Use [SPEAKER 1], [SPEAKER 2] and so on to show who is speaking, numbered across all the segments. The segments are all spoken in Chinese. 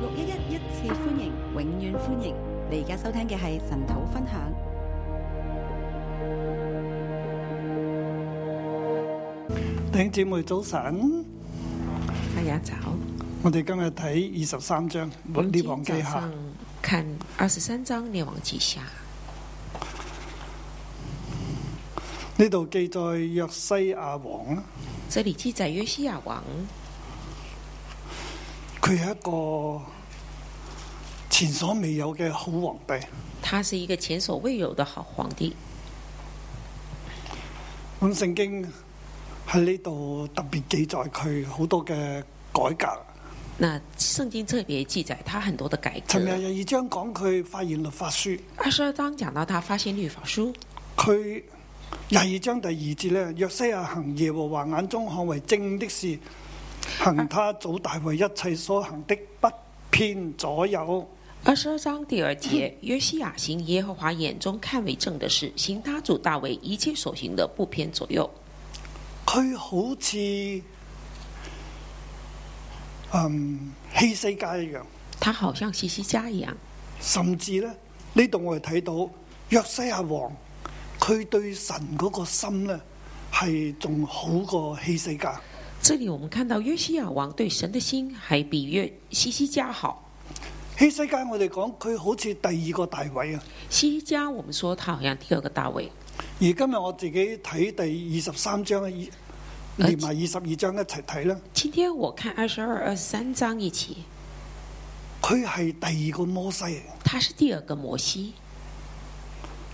[SPEAKER 1] 六一一一次歡迎，永遠歡迎！你而家收聽嘅係神土分享。
[SPEAKER 2] 弟兄姊妹早晨，
[SPEAKER 3] 大家早，
[SPEAKER 2] 我哋今日睇二十三章《
[SPEAKER 3] 我们
[SPEAKER 2] 列
[SPEAKER 3] 今
[SPEAKER 2] 王
[SPEAKER 3] 天
[SPEAKER 2] 記
[SPEAKER 3] 早
[SPEAKER 2] 下
[SPEAKER 3] 上》。看二十三章《列王记下》，
[SPEAKER 2] 呢度記載約西亞王啦，
[SPEAKER 3] 这里记载约西亚王，
[SPEAKER 2] 佢係一個前所未有嘅好皇帝。
[SPEAKER 3] 他是一个前所未有的好皇帝。
[SPEAKER 2] 咁聖經喺呢度特別記載佢好多嘅改革。
[SPEAKER 3] 那圣经特别记载他很多的改
[SPEAKER 2] 尋
[SPEAKER 3] 革。
[SPEAKER 2] 日廿二章講佢發現律法書，
[SPEAKER 3] 二十二章讲到他发现律法书，
[SPEAKER 2] 佢廿二章第二節呢，約西亞行耶和華眼中看為正的事，行他祖大衛一切所行的，不偏左右。
[SPEAKER 3] 二十二章第二节，约西亚行耶和华眼中看为正的事，行他主大卫一切所行的不偏左右。
[SPEAKER 2] 佢好似嗯希西家一樣，
[SPEAKER 3] 他好像西西家一样，
[SPEAKER 2] 甚至咧呢度我哋睇到約西亞王，佢對神嗰個心咧係仲好過希西家。
[SPEAKER 3] 这里我们看到约西亚王对神的心还比约西西家好。
[SPEAKER 2] 希西家我哋講佢好似第二個大衛啊，
[SPEAKER 3] 西西家我们说他好像第二个大卫，
[SPEAKER 2] 而今日我自己睇第二十三章二連埋二十二章一齊睇咧，
[SPEAKER 3] 今天我看二十二、二十三章一起，
[SPEAKER 2] 佢係第二個摩西。啊
[SPEAKER 3] 他是第二个摩西。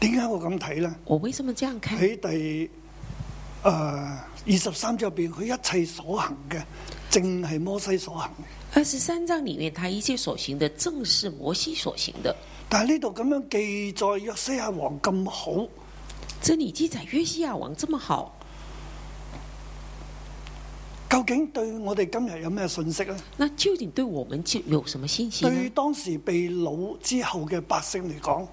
[SPEAKER 2] 點解我咁睇咧？
[SPEAKER 3] 我为什么这样看？
[SPEAKER 2] 喺第誒二十三章入邊，佢一切所行嘅，正係摩西所行。
[SPEAKER 3] 二十三章里面，他一切所行的正是摩西所行的。
[SPEAKER 2] 但係呢度咁樣記載約西亞王咁好，
[SPEAKER 3] 这里记载约西亚王这么好，
[SPEAKER 2] 究竟對我哋今日有咩信息呢？
[SPEAKER 3] 那究竟对我们就有什么信息
[SPEAKER 2] 對
[SPEAKER 3] 呢？
[SPEAKER 2] 當時被掳之後嘅百姓嚟講，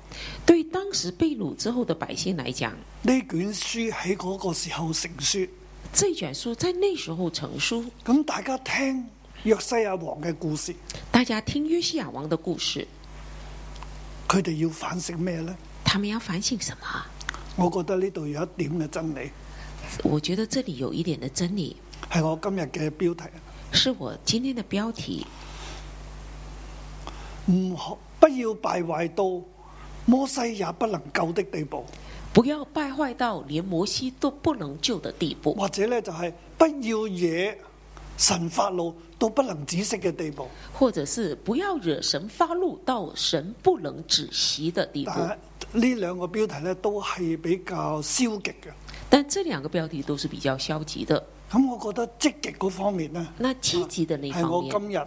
[SPEAKER 3] 对当时被掳之后的百姓来讲，
[SPEAKER 2] 呢卷書喺嗰個時候成書，
[SPEAKER 3] 这卷书在那时候成书，
[SPEAKER 2] 咁大家聽約西亞王嘅故事，
[SPEAKER 3] 大家听约西亚王的故事，
[SPEAKER 2] 佢哋要反省咩呢？
[SPEAKER 3] 他们要反省什么？
[SPEAKER 2] 我覺得呢度有一點嘅真理，
[SPEAKER 3] 我觉得这里有一点的真理，
[SPEAKER 2] 係我今日嘅標題。
[SPEAKER 3] 是我今天的标题。
[SPEAKER 2] 唔可不要敗壞到摩西也不能救的地步，
[SPEAKER 3] 不要败坏到连摩西都不能救的地步，
[SPEAKER 2] 或者呢就係不要惹神發怒到不能止息嘅地步。
[SPEAKER 3] 或者是不要惹神发怒到神不能止息的地步
[SPEAKER 2] 但。係呢兩個標題呢都係比較消極嘅。
[SPEAKER 3] 但这兩個標題都是比較消極的。
[SPEAKER 2] 咁我覺得積極嗰方面呢，
[SPEAKER 3] 那積極的那
[SPEAKER 2] 係
[SPEAKER 3] 方
[SPEAKER 2] 哎我
[SPEAKER 3] 面，
[SPEAKER 2] 今日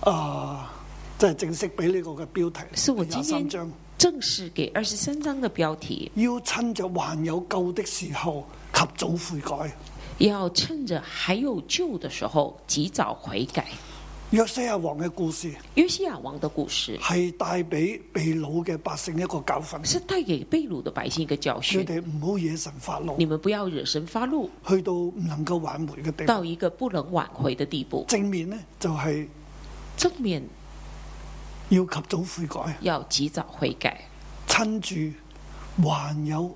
[SPEAKER 2] 啊，即、係正式俾呢個嘅標題。
[SPEAKER 3] 是我今
[SPEAKER 2] 廿三
[SPEAKER 3] 天
[SPEAKER 2] 章
[SPEAKER 3] 正式给二十三章的標題，
[SPEAKER 2] 要趁着還有救的時候及早悔改。
[SPEAKER 3] 要趁着還有救的时候，及早悔改。
[SPEAKER 2] 約西亞王嘅故事
[SPEAKER 3] 約西亞王的故事
[SPEAKER 2] 係帶俾被掳嘅百姓一個教訓。
[SPEAKER 3] 是帶給被掳的百姓一個教
[SPEAKER 2] 佢
[SPEAKER 3] 訓：
[SPEAKER 2] 哋唔好惹神發怒
[SPEAKER 3] 你，們不要惹神發怒
[SPEAKER 2] 去到唔能夠挽回嘅地步。
[SPEAKER 3] 到一個不能挽回的地步。
[SPEAKER 2] 正面呢，就係
[SPEAKER 3] 正面
[SPEAKER 2] 要及早悔改，
[SPEAKER 3] 要及早悔改。
[SPEAKER 2] 趁住還有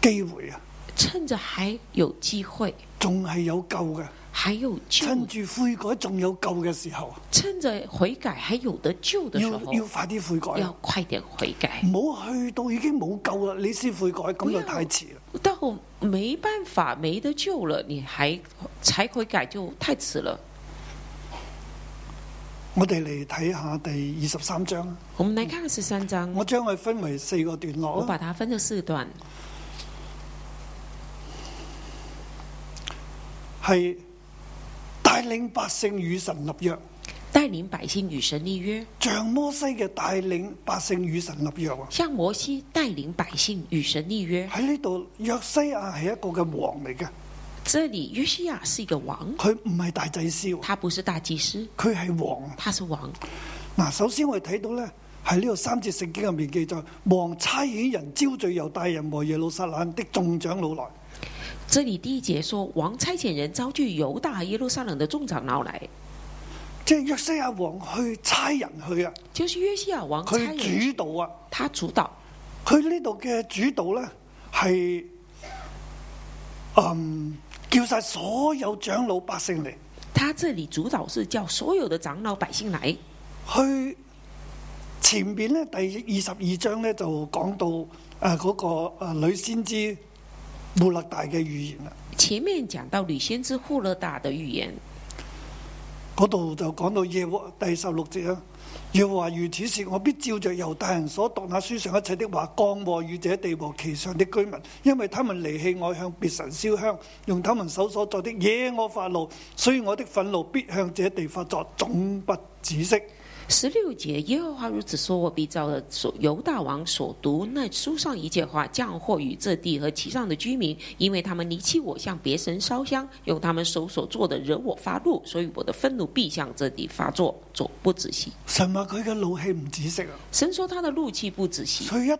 [SPEAKER 2] 機會啊，
[SPEAKER 3] 趁着还有机会，
[SPEAKER 2] 仲係有救嘅。
[SPEAKER 3] 还有救，
[SPEAKER 2] 趁住悔改仲有救嘅時候，
[SPEAKER 3] 趁着悔改还有得救的
[SPEAKER 2] 要
[SPEAKER 3] 时候，
[SPEAKER 2] 要快啲悔改啊
[SPEAKER 3] 要，快点悔改，
[SPEAKER 2] 唔好去到已經冇救啦，你先悔改，咁就太遲啦。
[SPEAKER 3] 到没办法没得救了，你还才悔改就太迟了。
[SPEAKER 2] 我哋嚟睇下第二十三章啊，
[SPEAKER 3] 我们来看十三章，
[SPEAKER 2] 我將佢分為四個段
[SPEAKER 3] 我
[SPEAKER 2] 落啦
[SPEAKER 3] 把它分成四段，
[SPEAKER 2] 係帶領百姓與神立約，
[SPEAKER 3] 带领百姓与神立约，
[SPEAKER 2] 像摩西嘅帶領百姓與神立約啊。
[SPEAKER 3] 像摩西带领百姓与神立约。
[SPEAKER 2] 喺呢度，約西亞係一個嘅王嚟嘅，
[SPEAKER 3] 这里约西亚是一个王，
[SPEAKER 2] 佢唔係大祭司喎，
[SPEAKER 3] 他不是大祭司，
[SPEAKER 2] 佢係王。
[SPEAKER 3] 他是王。
[SPEAKER 2] 嗱，首先我哋睇到呢，喺呢度三節聖經入面記載，王差遣人招聚猶大人和耶路撒冷的眾長老來。
[SPEAKER 3] 这里第一节说，王差遣人招聚犹大和耶路撒冷的众长老来，
[SPEAKER 2] 即即係約西亞王去差人去啊，
[SPEAKER 3] 就是约西亚王差
[SPEAKER 2] 佢
[SPEAKER 3] 人，
[SPEAKER 2] 主導啊，
[SPEAKER 3] 他主导。
[SPEAKER 2] 佢呢度嘅主導咧係嗯叫晒所有長老百姓嚟
[SPEAKER 3] 他这里主导是叫所有的长老百姓来。
[SPEAKER 2] 去前面咧第二十二章咧就講到誒嗰、個、呃女先知穆勒大嘅預言啦，
[SPEAKER 3] 前面讲到吕先知护勒大的预言，
[SPEAKER 2] 嗰度就講到耶和第十六節啦。耶和華如此說：我必照着猶大人所讀那書上一切的話，降禍與這地和其上的居民，因為他們離棄我，向別神燒香，用他們手所作的惹我發怒，所以我的憤怒必向這地發作，總不止息。
[SPEAKER 3] 十六节耶和华如此说：我必照着所犹大王所读那书上一切话，降祸于这地和其上的居民，因为他们离弃我，向别神烧香，用他们手所做的惹我发怒，所以我的愤怒必向这地发作，总不止息。
[SPEAKER 2] 神話佢嘅怒氣唔止息啊！
[SPEAKER 3] 神说他的怒气不止息，
[SPEAKER 2] 佢一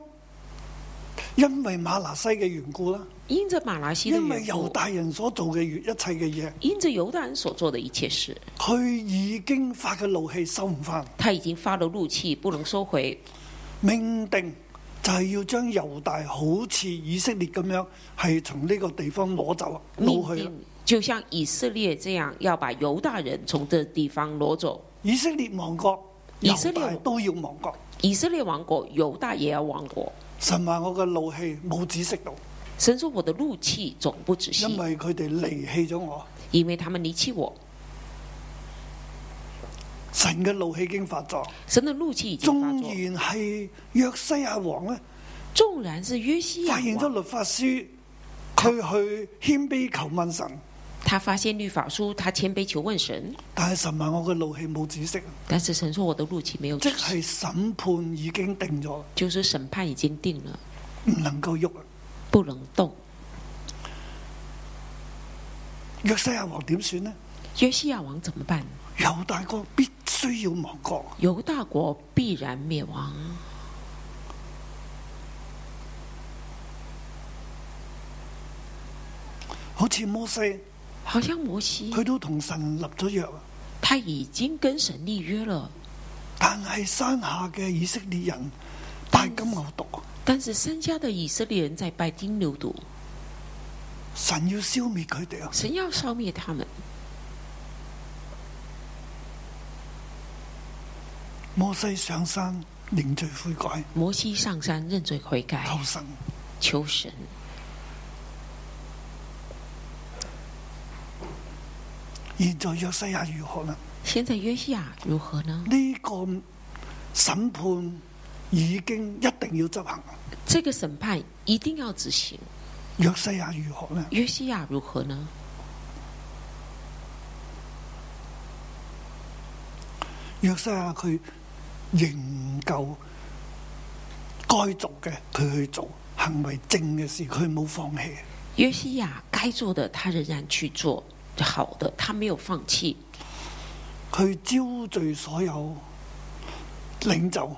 [SPEAKER 2] 因為馬拿西嘅緣故啦，
[SPEAKER 3] 因着马拉西的
[SPEAKER 2] 因為
[SPEAKER 3] 缘
[SPEAKER 2] 猶
[SPEAKER 3] 故，
[SPEAKER 2] 大人所做嘅一切嘅嘢，
[SPEAKER 3] 因着犹大人所做的一切事，
[SPEAKER 2] 佢已經發嘅怒氣收唔翻，
[SPEAKER 3] 他已经发了怒气，不能收回。
[SPEAKER 2] 命定就係要將猶大好似以色列咁樣，係從呢個地方攞走啊，
[SPEAKER 3] 命
[SPEAKER 2] 攞去啊
[SPEAKER 3] 定就像以色列这样，要把犹大人从这地方挪走。
[SPEAKER 2] 以色列亡國，
[SPEAKER 3] 以色
[SPEAKER 2] 猶
[SPEAKER 3] 列
[SPEAKER 2] 大都要亡國。
[SPEAKER 3] 以色列王国，犹大也要亡国。
[SPEAKER 2] 神話我嘅怒氣冇止息到，
[SPEAKER 3] 神说：“我的怒气总不止息
[SPEAKER 2] 因，為佢哋離棄咗我。
[SPEAKER 3] 因为他们离弃我。
[SPEAKER 2] 神嘅怒氣已經發作，
[SPEAKER 3] 神的怒气已经
[SPEAKER 2] 縱
[SPEAKER 3] 发作。
[SPEAKER 2] 然係約西亞王咧。
[SPEAKER 3] 纵然是约西亚
[SPEAKER 2] 發現咗
[SPEAKER 3] 王，
[SPEAKER 2] 律法書，佢去謙卑求問神，
[SPEAKER 3] 他发现律法书，他谦卑求问神，
[SPEAKER 2] 但係神話我嘅怒氣冇止息，啊
[SPEAKER 3] 但是神说：我的怒气没有
[SPEAKER 2] 即
[SPEAKER 3] 止息，
[SPEAKER 2] 係審判已經定咗，
[SPEAKER 3] 就是审判已经定了，
[SPEAKER 2] 唔能夠喐啊！
[SPEAKER 3] 不能动。
[SPEAKER 2] 約西亞王點算呢？
[SPEAKER 3] 约西亚王怎么办？
[SPEAKER 2] 猶大國必須要亡國，
[SPEAKER 3] 犹大国必然灭亡。
[SPEAKER 2] 好似摩西，
[SPEAKER 3] 好像摩西，
[SPEAKER 2] 佢都同神立咗約啊，
[SPEAKER 3] 他已经跟神立约了。”
[SPEAKER 2] 但係山下嘅以色列人拜金牛犢，
[SPEAKER 3] 但是山下的以色列人在拜金牛犊，
[SPEAKER 2] 神要消滅佢哋啊！
[SPEAKER 3] 神要消灭他们。
[SPEAKER 2] 摩西上山認罪悔改，
[SPEAKER 3] 摩西上山认罪悔改，
[SPEAKER 2] 求神。
[SPEAKER 3] 求神。
[SPEAKER 2] 現在約西亞如何呢？
[SPEAKER 3] 现在约西亚如何呢？
[SPEAKER 2] 呢個審判已經一定要執行。
[SPEAKER 3] 这个审判一定要执行。
[SPEAKER 2] 約西亞如何呢？
[SPEAKER 3] 约西亚如何呢？
[SPEAKER 2] 約西亞佢仍舊該做嘅，佢去做行為正嘅事，佢冇放棄。
[SPEAKER 3] 约西亚该做的他仍然去做，好的他没有放弃。
[SPEAKER 2] 佢招聚所有領袖，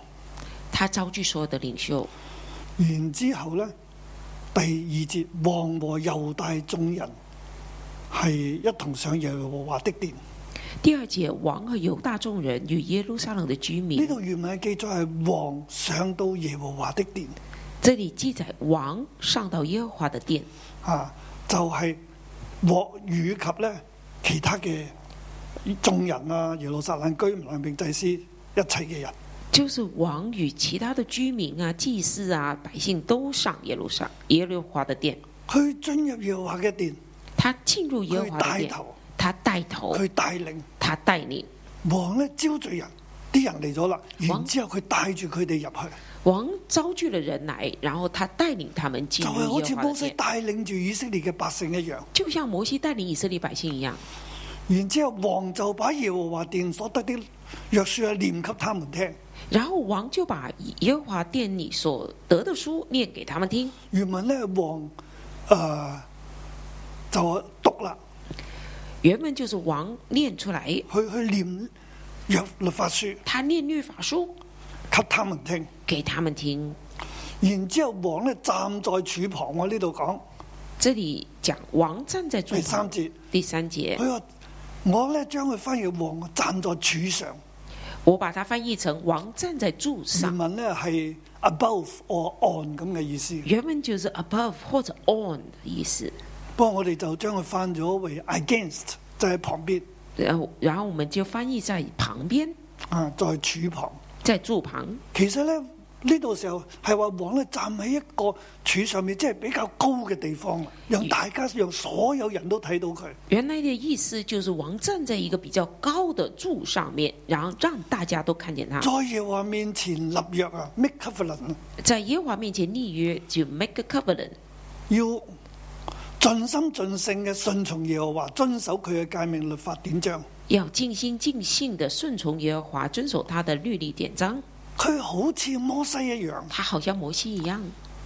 [SPEAKER 3] 他招聚所有的领袖，
[SPEAKER 2] 然之後呢，第二節王和猶大眾人係一同上耶和華的殿。
[SPEAKER 3] 第二节，王和犹大众人与耶路撒冷的居
[SPEAKER 2] 呢
[SPEAKER 3] 民，
[SPEAKER 2] 度原文記載係王上到耶和華的殿。
[SPEAKER 3] 这里记载王上到耶和华的殿，
[SPEAKER 2] 啊，就係和以及咧其他嘅眾人啊、耶路撒冷居民啊、並祭司一切嘅人，
[SPEAKER 3] 就是王与其他的居民啊、祭司啊、百姓都上耶路撒耶和华的殿。
[SPEAKER 2] 佢進入耶和華嘅殿，
[SPEAKER 3] 他进入耶和
[SPEAKER 2] 佢
[SPEAKER 3] 华的
[SPEAKER 2] 帶
[SPEAKER 3] 殿，哦
[SPEAKER 2] 頭，
[SPEAKER 3] 他带头，
[SPEAKER 2] 佢帶領
[SPEAKER 3] 他带领。
[SPEAKER 2] 王咧招聚人，啲人嚟咗啦，然
[SPEAKER 3] 王
[SPEAKER 2] 之後佢帶住佢哋入去，
[SPEAKER 3] 王招聚了人来，然后他带领他们进
[SPEAKER 2] 就係
[SPEAKER 3] 入
[SPEAKER 2] 好
[SPEAKER 3] 耶
[SPEAKER 2] 似
[SPEAKER 3] 和华
[SPEAKER 2] 摩
[SPEAKER 3] 的
[SPEAKER 2] 西
[SPEAKER 3] 殿，
[SPEAKER 2] 帶領住以色列嘅百姓一樣。
[SPEAKER 3] 就像摩西带领以色列百姓一样。
[SPEAKER 2] 然之後王就把耶和華殿所得的約書啊念給他們聽。
[SPEAKER 3] 然后王就把耶和华殿里所得的书念给他们听。
[SPEAKER 2] 原文咧王誒、呃就讀啦。
[SPEAKER 3] 原文就是王念出来，
[SPEAKER 2] 去去念約律法書
[SPEAKER 3] 他念律法书
[SPEAKER 2] 給他們聽，
[SPEAKER 3] 给他们听。
[SPEAKER 2] 然之後王咧站在柱旁，我呢度講
[SPEAKER 3] 这里讲王站在柱
[SPEAKER 2] 第三
[SPEAKER 3] 旁，
[SPEAKER 2] 節，
[SPEAKER 3] 第三节，
[SPEAKER 2] 佢話我咧將佢翻譯王站在柱上，
[SPEAKER 3] 我把它翻译成“王站在柱上
[SPEAKER 2] 原文咧係 above or on 咁嘅意思”，。
[SPEAKER 3] 原文就是 “above” 或者 “on” 的意思。
[SPEAKER 2] 不過我哋就將佢翻咗為 against，就喺旁邊
[SPEAKER 3] 然后，然后我们就翻译在旁边，
[SPEAKER 2] 啊，在柱旁。
[SPEAKER 3] 在柱旁。
[SPEAKER 2] 其實咧呢度時候係話王咧站喺一個柱上面，即係比較高嘅地方，讓大家讓所有人都睇到佢。
[SPEAKER 3] 原来的意思就是王站在一个比较高的柱上面，然后让大家都看见他。
[SPEAKER 2] 在耶和華面前立約啊，make covenant 啊
[SPEAKER 3] 在耶和华面前立约，就 make a covenant，
[SPEAKER 2] 要盡心盡性嘅順從耶和華，遵守佢嘅誡命、律法、典章。
[SPEAKER 3] 要尽心尽性的顺从耶和华，遵守他的律例典章。
[SPEAKER 2] 佢好似摩西一樣，
[SPEAKER 3] 他好像摩西一样，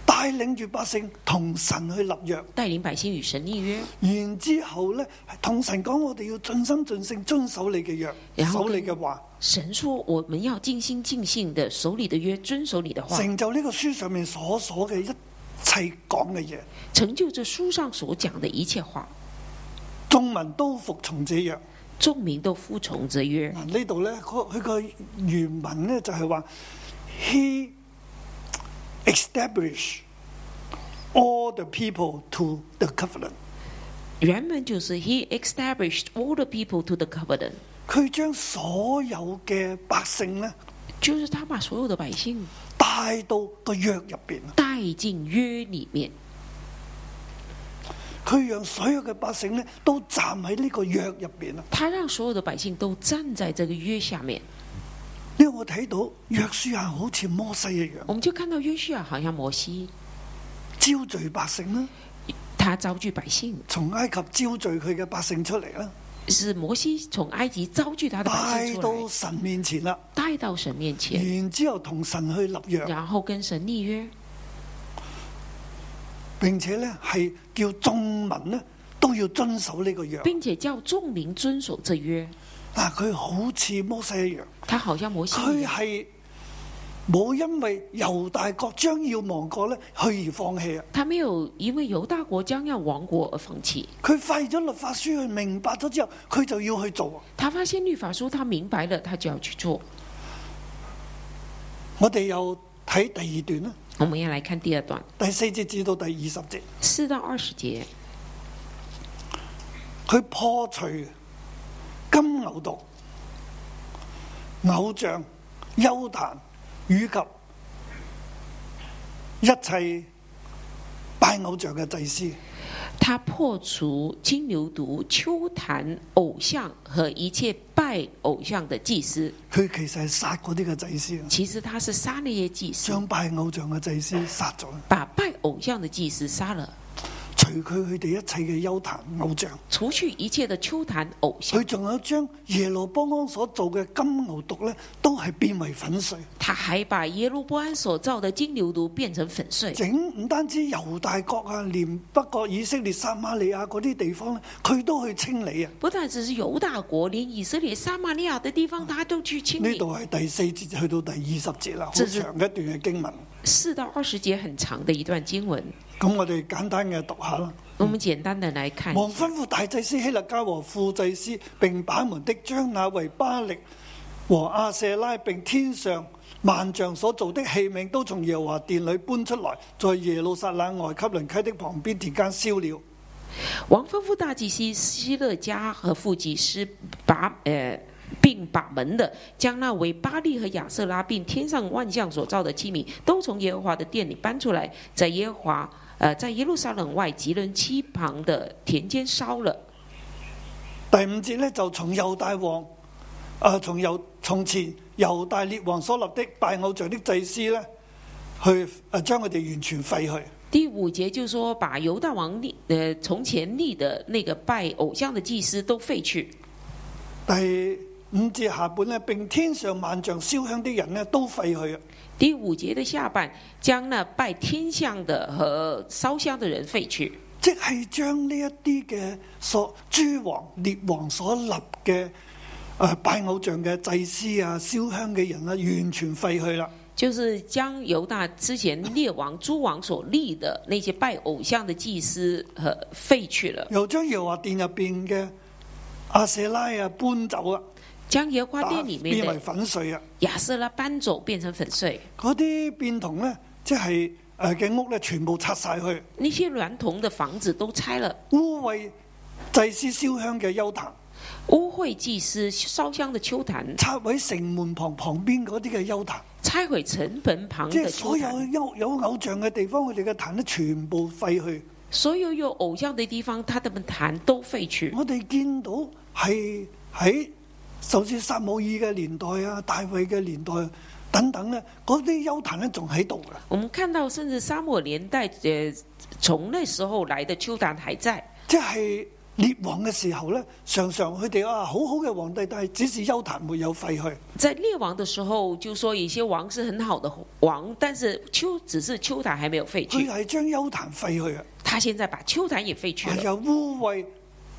[SPEAKER 2] 帶領住百姓同神去立約，
[SPEAKER 3] 带领百姓与神立约，
[SPEAKER 2] 然之後呢，同神講：我哋要盡心盡性遵守你嘅約，
[SPEAKER 3] 然後
[SPEAKER 2] 守
[SPEAKER 3] 跟
[SPEAKER 2] 你嘅話，
[SPEAKER 3] 神说我们要尽心尽性的守你的约，遵守你的话，
[SPEAKER 2] 成就呢個書上面所所嘅一切講嘅嘢。
[SPEAKER 3] 成就这书上所讲的一切话。
[SPEAKER 2] 眾民都服從這約。
[SPEAKER 3] 众民都服从这约。
[SPEAKER 2] 嗱呢度咧，佢佢個原文咧就係話，He establish all the people to the covenant。
[SPEAKER 3] 原文就是 He established all the people to the covenant，
[SPEAKER 2] 佢將所有嘅百姓咧
[SPEAKER 3] 就是他把所有的百姓
[SPEAKER 2] 帶到個約入邊，
[SPEAKER 3] 带进约里面，
[SPEAKER 2] 佢讓所有嘅百姓咧都站喺呢個約入邊啊！
[SPEAKER 3] 他让所有的百姓都站在这个约下面。
[SPEAKER 2] 呢個我睇到約書亞好似摩西一樣，
[SPEAKER 3] 我们就看到约书亚好像摩西，
[SPEAKER 2] 招聚百姓啦，
[SPEAKER 3] 他招聚百姓，
[SPEAKER 2] 從埃及招聚佢嘅百姓出嚟啦，
[SPEAKER 3] 是摩西从埃及招聚他的百
[SPEAKER 2] 帶
[SPEAKER 3] 姓出
[SPEAKER 2] 到
[SPEAKER 3] 来，
[SPEAKER 2] 神面前啦，
[SPEAKER 3] 带到神面前，
[SPEAKER 2] 然之後同神去立約。
[SPEAKER 3] 然后跟神立约，
[SPEAKER 2] 並且咧係叫眾民咧都要遵守呢個約。
[SPEAKER 3] 并且叫众民遵守这约。
[SPEAKER 2] 嗱，啊佢好似摩西一樣，
[SPEAKER 3] 他好像摩西一
[SPEAKER 2] 佢
[SPEAKER 3] 样，
[SPEAKER 2] 係冇因為猶大國將要亡國咧，去而放棄啊！
[SPEAKER 3] 他没有因为犹大国将要亡国而放弃。
[SPEAKER 2] 佢廢咗律法書，佢明白咗之後，佢就要去做。啊
[SPEAKER 3] 他发现律法书，他明白了，他就要去做。
[SPEAKER 2] 我哋又睇第二段啦，
[SPEAKER 3] 我们要来看第二段，
[SPEAKER 2] 第四節至到第二十節，
[SPEAKER 3] 四到二十节，
[SPEAKER 2] 佢破除金牛犢、偶像、丘壇以及一切拜偶像嘅祭司。
[SPEAKER 3] 他破除金牛犊、秋坛、偶像和一切拜偶像的祭司。
[SPEAKER 2] 佢其實係殺嗰啲嘅祭司，
[SPEAKER 3] 其实他是杀那些祭司，
[SPEAKER 2] 將拜偶像嘅祭司殺咗，
[SPEAKER 3] 把拜偶像的祭司杀了，
[SPEAKER 2] 除去佢哋一切嘅丘壇偶像。
[SPEAKER 3] 除去一切的秋坛偶像
[SPEAKER 2] 佢。仲有將耶羅波安所做嘅金牛犢咧，都係變為粉碎。
[SPEAKER 3] 他还把耶路波安所造的金牛犊变成粉碎，
[SPEAKER 2] 整唔單止猶大國啊，連北國、以色列、撒瑪利亞嗰啲地方咧，佢都去清理啊。
[SPEAKER 3] 不但只是犹大国，连以色列撒玛利亚的地方，他都去清
[SPEAKER 2] 呢
[SPEAKER 3] 理。
[SPEAKER 2] 度係第四節去到第二十節啦，好
[SPEAKER 3] 這
[SPEAKER 2] 長
[SPEAKER 3] 是
[SPEAKER 2] 一段嘅經文。
[SPEAKER 3] 四到二十节很长的一段经文，
[SPEAKER 2] 咁我哋簡單嘅讀下啦。
[SPEAKER 3] 我们简单的来看。
[SPEAKER 2] 王吩咐大祭司希勒家和副祭司，並把門的將那為巴力和阿舍拉並天上萬象所造的器皿，都從耶和華殿裏搬出來，在耶路撒冷外汲淪溪的旁邊田間燒了。
[SPEAKER 3] 王吩咐大祭司希勒家和副祭司把呃，并把门的将那为巴利和亚瑟拉并天上万象所造的器皿，都从耶和华的殿里搬出来，在耶和华呃在耶路撒冷外吉伦七旁的田间烧了。
[SPEAKER 2] 第五節呢，就從猶大王，啊、從猶從前猶大列王所立的拜偶像的祭司呢，去誒、呃、將佢哋完全廢去。
[SPEAKER 3] 第五节就说把犹大王立呃从前立的那个拜偶像的祭司都废去，
[SPEAKER 2] 第五節下半呢，並天上萬象燒香的人呢，都廢去啊。
[SPEAKER 3] 第五节的下半将那拜天象的和烧香的人废去。
[SPEAKER 2] 即係將呢一啲嘅所諸王列王所立嘅誒拜偶像嘅祭司啊、燒香嘅人啊，完全廢去啦。
[SPEAKER 3] 就是将犹大之前列王、诸王所立的那些拜偶像的祭司和废去了，
[SPEAKER 2] 又將耶和華殿入邊嘅阿舍拉啊搬走啊，
[SPEAKER 3] 将耶和华
[SPEAKER 2] 打
[SPEAKER 3] 殿里面
[SPEAKER 2] 變為
[SPEAKER 3] 的
[SPEAKER 2] 粉碎啊！
[SPEAKER 3] 亚瑟拉搬走，变成粉碎。
[SPEAKER 2] 嗰啲變童咧，即係誒嘅屋咧，全部拆晒去，
[SPEAKER 3] 那些娈童的房子都拆了，
[SPEAKER 2] 污穢祭司燒香嘅幽壇，
[SPEAKER 3] 污秽祭司烧香的丘坛，
[SPEAKER 2] 拆毀城門旁旁邊嗰啲嘅幽壇，
[SPEAKER 3] 拆毁城门旁
[SPEAKER 2] 即係
[SPEAKER 3] 的
[SPEAKER 2] 所
[SPEAKER 3] 丘
[SPEAKER 2] 有
[SPEAKER 3] 坛。
[SPEAKER 2] 有有偶像嘅地方，佢哋嘅壇咧全部廢去。
[SPEAKER 3] 所有有偶像的地方，他的门坛都废去。
[SPEAKER 2] 我哋見到係喺就算撒姆耳嘅年代啊、大衛嘅年代等等咧，嗰啲幽壇咧仲喺度嘅。
[SPEAKER 3] 我们看到，甚至沙漠年代，呃，从那时候来的丘坛还在。
[SPEAKER 2] 即係列王嘅時候咧，常常佢哋啊好好嘅皇帝，但係只是幽壇沒有廢去。
[SPEAKER 3] 在列王的时候，就说有些王是很好的王，但是丘只是丘坛还没有废
[SPEAKER 2] 佢
[SPEAKER 3] 去，
[SPEAKER 2] 係將幽壇廢去啊，
[SPEAKER 3] 他现在把丘坛也废去
[SPEAKER 2] 係
[SPEAKER 3] 了，
[SPEAKER 2] 啊有污穢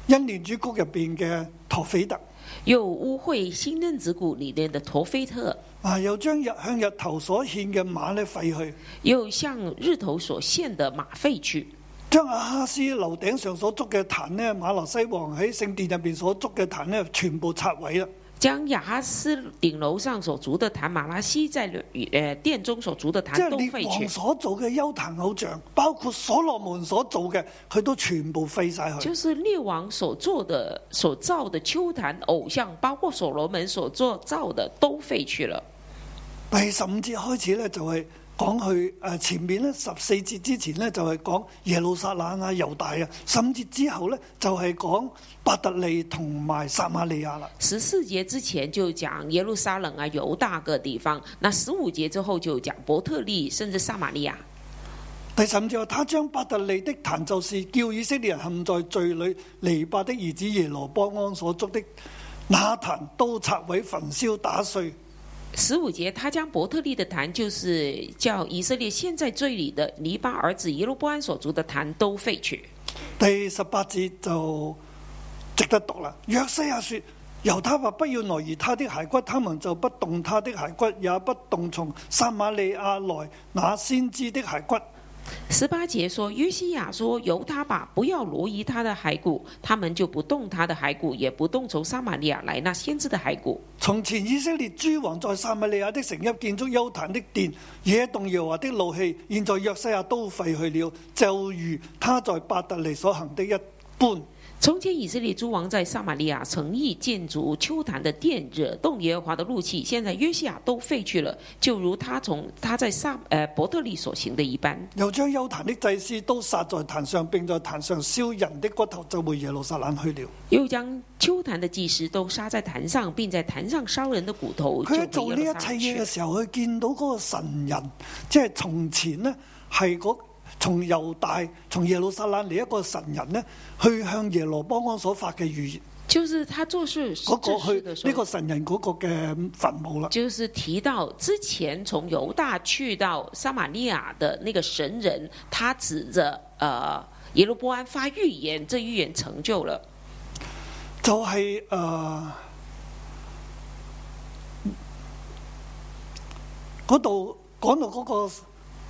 [SPEAKER 2] 恩年主谷入邊嘅陀斐特
[SPEAKER 3] 又污秽新嫩子谷里面的陀菲特，
[SPEAKER 2] 啊，又將日向日頭所獻嘅馬咧廢去，
[SPEAKER 3] 又向日头所献的马废去，
[SPEAKER 2] 將阿哈斯樓頂上所築嘅壇咧，馬來西王喺聖殿入邊所築嘅壇咧，全部拆毀啦。
[SPEAKER 3] 将亚哈斯顶楼上所筑的坛，马拉西在呃殿中所筑的
[SPEAKER 2] 即
[SPEAKER 3] 坛
[SPEAKER 2] 係
[SPEAKER 3] 都
[SPEAKER 2] 列
[SPEAKER 3] 废
[SPEAKER 2] 王
[SPEAKER 3] 去。
[SPEAKER 2] 所做嘅幽壇偶像，包括所羅門所做嘅，佢都全部廢晒佢。
[SPEAKER 3] 就是列王所做的、所造的丘坛偶像，包括所罗门所做造的，都废去了。
[SPEAKER 2] 第十五節開始咧，就係講去誒前面咧十四節之前咧，就係講耶路撒冷啊、猶大啊，十五節之後咧，就係講伯特利同埋撒瑪利亞啦。
[SPEAKER 3] 十四节之前就讲耶路撒冷啊、犹大个地方，那十五节之后就讲伯特利，甚至撒玛利亚。
[SPEAKER 2] 第十五節話，他將伯特利的壇就是叫以色列人陷在罪裏，尼伯的兒子耶羅波安所築的那壇都拆毀、焚燒、打碎。
[SPEAKER 3] 十五节，他将伯特利的坛，就是叫以色列陷在罪里的尼巴儿子耶罗波安所筑的坛，都废去。
[SPEAKER 2] 第十八節就值得讀啦。約西亞說：由他話不要挪移他的骸骨，他們就不動他的骸骨，也不動從撒瑪利亞來那先知的骸骨。
[SPEAKER 3] 十八节说，约西亚说：“由他吧，不要挪移他的骸骨，他们就不动他的骸骨，也不动从撒玛利亚来那先知的骸骨。
[SPEAKER 2] 從前以色列諸王在撒瑪利亞的城邑建築幽壇的殿，惹動耶和華的怒氣。現在約西亞都廢去了，就如他在伯特利所行的一般。
[SPEAKER 3] 从前以色列诸王在撒玛利亚诚意建筑丘坛的殿，惹动耶和华的怒气。现在约西亚都废去了，就如他从他在撒呃伯特利所行的一般。
[SPEAKER 2] 又將幽壇的祭司都殺在壇上，並在壇上燒人的骨頭，就回耶路撒冷去了。
[SPEAKER 3] 又将丘坛的祭司都杀在坛上，并在坛上烧人的骨头，
[SPEAKER 2] 佢喺
[SPEAKER 3] 就
[SPEAKER 2] 做
[SPEAKER 3] 回
[SPEAKER 2] 呢一
[SPEAKER 3] 耶路撒冷
[SPEAKER 2] 切嘢嘅
[SPEAKER 3] 去。
[SPEAKER 2] 時候，佢見到嗰個神人，即係從前呢，係嗰從猶大、從耶路撒冷嚟一個神人呢，去向耶羅波安所發嘅預言，
[SPEAKER 3] 就是他做事
[SPEAKER 2] 嗰、
[SPEAKER 3] 做事
[SPEAKER 2] 個
[SPEAKER 3] 的
[SPEAKER 2] 去
[SPEAKER 3] 时
[SPEAKER 2] 呢
[SPEAKER 3] 候
[SPEAKER 2] 個，神人嗰個嘅墳墓啦。
[SPEAKER 3] 就是提到之前从犹大去到撒玛利亚的那个神人，他指着呃耶路波安发预言，这预言成就了。
[SPEAKER 2] 就係、呃嗰度講到嗰個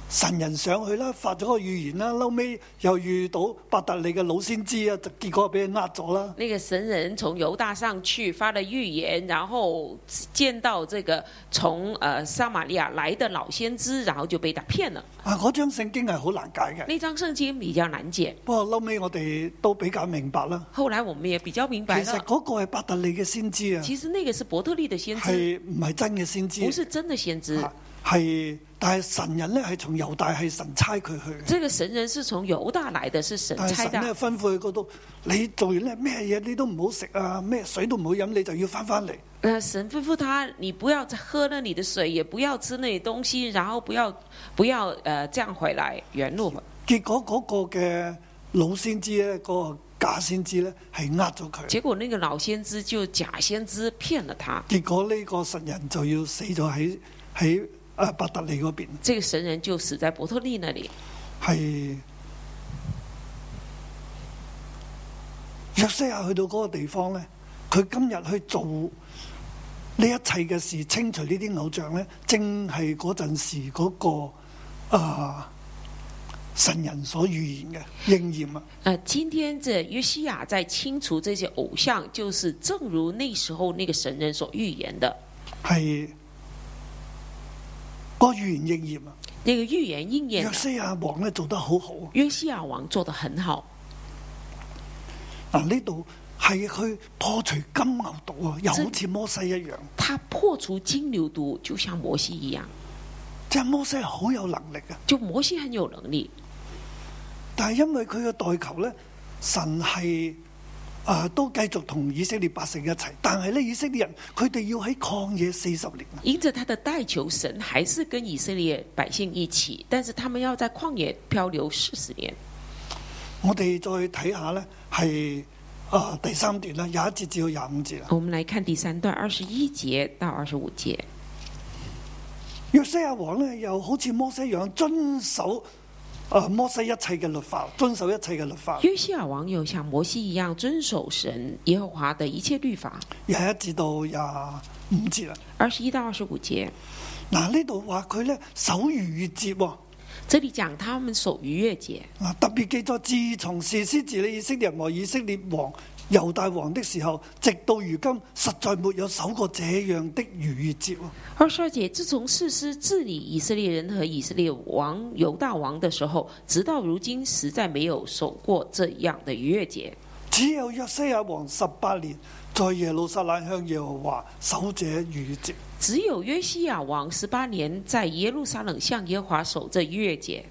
[SPEAKER 2] 神人上去啦，發咗個預言啦，後尾又遇到伯特利嘅老先知啊，就結果俾佢呃咗啦。
[SPEAKER 3] 那个神人从犹大上去发了预言，然后见到这个从呃撒玛利亚来的老先知，然后就被他骗了。
[SPEAKER 2] 啊，嗰張聖經係好難解嘅。
[SPEAKER 3] 那张圣经比较难解，
[SPEAKER 2] 不過嬲尾我哋都比較明白啦。
[SPEAKER 3] 后来我们也比较明
[SPEAKER 2] 其
[SPEAKER 3] 白
[SPEAKER 2] 實
[SPEAKER 3] 了，
[SPEAKER 2] 嗰個係伯特利嘅先知啊，
[SPEAKER 3] 其实那个是伯特利的先知，
[SPEAKER 2] 係唔係真嘅先知
[SPEAKER 3] 不？是真的先知。
[SPEAKER 2] 啊係，但係神人咧係從猶大係神差佢去嘅。
[SPEAKER 3] 这个神人是从犹大来的，是神
[SPEAKER 2] 但係
[SPEAKER 3] 差
[SPEAKER 2] 啊神咧
[SPEAKER 3] 的。
[SPEAKER 2] 吩咐佢嗰度，你做完咧咩嘢你都唔好食啊，咩水都唔好飲，你就要翻翻嚟。
[SPEAKER 3] 那神吩咐他，你不要再喝那里的水，也不要吃那里东西，然后不要不要呃这样回来原路。
[SPEAKER 2] 結果嗰個嘅老先知咧，嗰、個假先知咧係呃咗佢。
[SPEAKER 3] 结果那个老先知就假先知骗了他。
[SPEAKER 2] 結果呢個神人就要死咗喺喺啊伯特利嗰邊。
[SPEAKER 3] 这个神人就死在伯特利那里。
[SPEAKER 2] 係約西亞去到嗰個地方呢，佢今日去做呢一切嘅事，清除呢啲偶像呢，正係嗰陣時嗰、個啊、神人所預言嘅應驗啊！
[SPEAKER 3] 呃，今天这约西亚在清除这些偶像，就是正如那时候那个神人所预言的，
[SPEAKER 2] 係嗰個預言應驗啊！
[SPEAKER 3] 那个预言应验
[SPEAKER 2] 約
[SPEAKER 3] 了。
[SPEAKER 2] 西亞王咧做得好好啊
[SPEAKER 3] 约西亚王做得很好，
[SPEAKER 2] 嗱，呢度係去破除金牛犊啊，又好似摩西一樣，
[SPEAKER 3] 他破除金牛犊，就像摩西一样。
[SPEAKER 2] 即係摩西好有能力啊！
[SPEAKER 3] 就摩西很有能力，
[SPEAKER 2] 但係因為佢嘅代求咧，神係啊、都繼續同以色列百姓一齊，但係咧以色列人佢哋要喺曠野四十年啊，
[SPEAKER 3] 因着他的代求，神还是跟以色列百姓一起，但是他们要在旷野漂流四十年。
[SPEAKER 2] 我哋再睇下咧係啊第三段啦，廿一節至到廿五節啦。
[SPEAKER 3] 我们来看第三段，二十一节到二十五节。
[SPEAKER 2] 約西亞王咧又好似摩西一樣遵守啊、摩西一切嘅律法，遵守一切嘅律法，
[SPEAKER 3] 约西亚王又像摩西一样遵守神耶和华的一切律法。
[SPEAKER 2] 廿一至到廿五節啦。
[SPEAKER 3] 二十一到二十五节，
[SPEAKER 2] 嗱呢度話佢咧守逾越節喎。
[SPEAKER 3] 这里讲他们守逾越节，
[SPEAKER 2] 嗱，啊特別記載，自從士師治理以色列人和以色列王猶大王的時候，直到如今，實在沒有守過這樣的逾越節喎。
[SPEAKER 3] 二十二节，自从士师治理以色列人和以色列王犹大王的时候，直到如今，实在没有守过这样的逾越节。
[SPEAKER 2] 只有約西亞王十八年，在耶路撒冷向耶和華守這逾越節。
[SPEAKER 3] 只有约西亚王十八年在耶路撒冷向耶和华守这逾越节，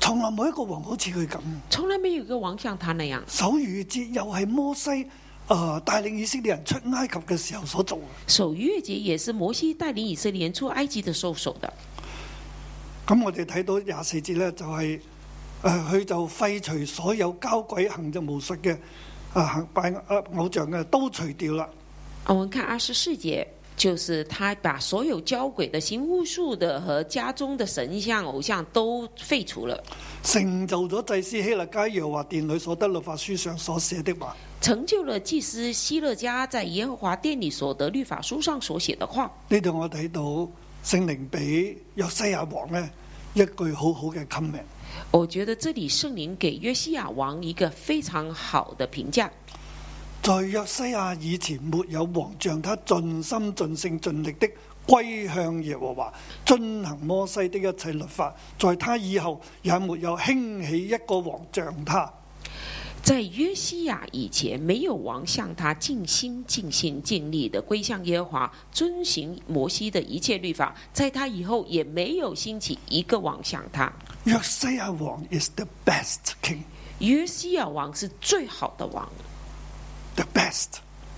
[SPEAKER 2] 從來冇一個王好似佢咁
[SPEAKER 3] 从来没有一个王像他那样
[SPEAKER 2] 守逾越節，又係摩西誒、呃、帶領以色列人出埃及嘅時候所做嘅。
[SPEAKER 3] 守逾越节，也是摩西带领以色列人出埃及的时候守的。
[SPEAKER 2] 咁我哋睇到廿四節咧，就係、呃佢就廢除所有交鬼行就巫術嘅啊行拜呃偶像嘅都除掉啦。
[SPEAKER 3] 啊，我们看二十四节，就是他把所有交鬼的、行巫术的和家中的神像、偶像都废除了，
[SPEAKER 2] 成就咗祭司希勒加耶和華殿裏所得律法書上所寫的話。
[SPEAKER 3] 成就了祭司希勒家在耶和华殿里所得律法书上所写的话。
[SPEAKER 2] 呢度我睇到聖靈俾約西亞王呢一句好好嘅 comment，
[SPEAKER 3] 我觉得这里圣灵给约西亚王一个非常好的评价。
[SPEAKER 2] 在約西亞以前沒有王像他盡心盡性盡力的歸向耶和華，遵行摩西的一切律法，在他以後也沒有興起一個王像他。
[SPEAKER 3] 在约西亚以前，没有王向他尽心、尽心、尽力的归向耶和华，遵行摩西的一切律法。在他以后，也没有兴起一个王向他。
[SPEAKER 2] 約西亞王 is the best king，the
[SPEAKER 3] 约西亚王是最好的王，
[SPEAKER 2] best，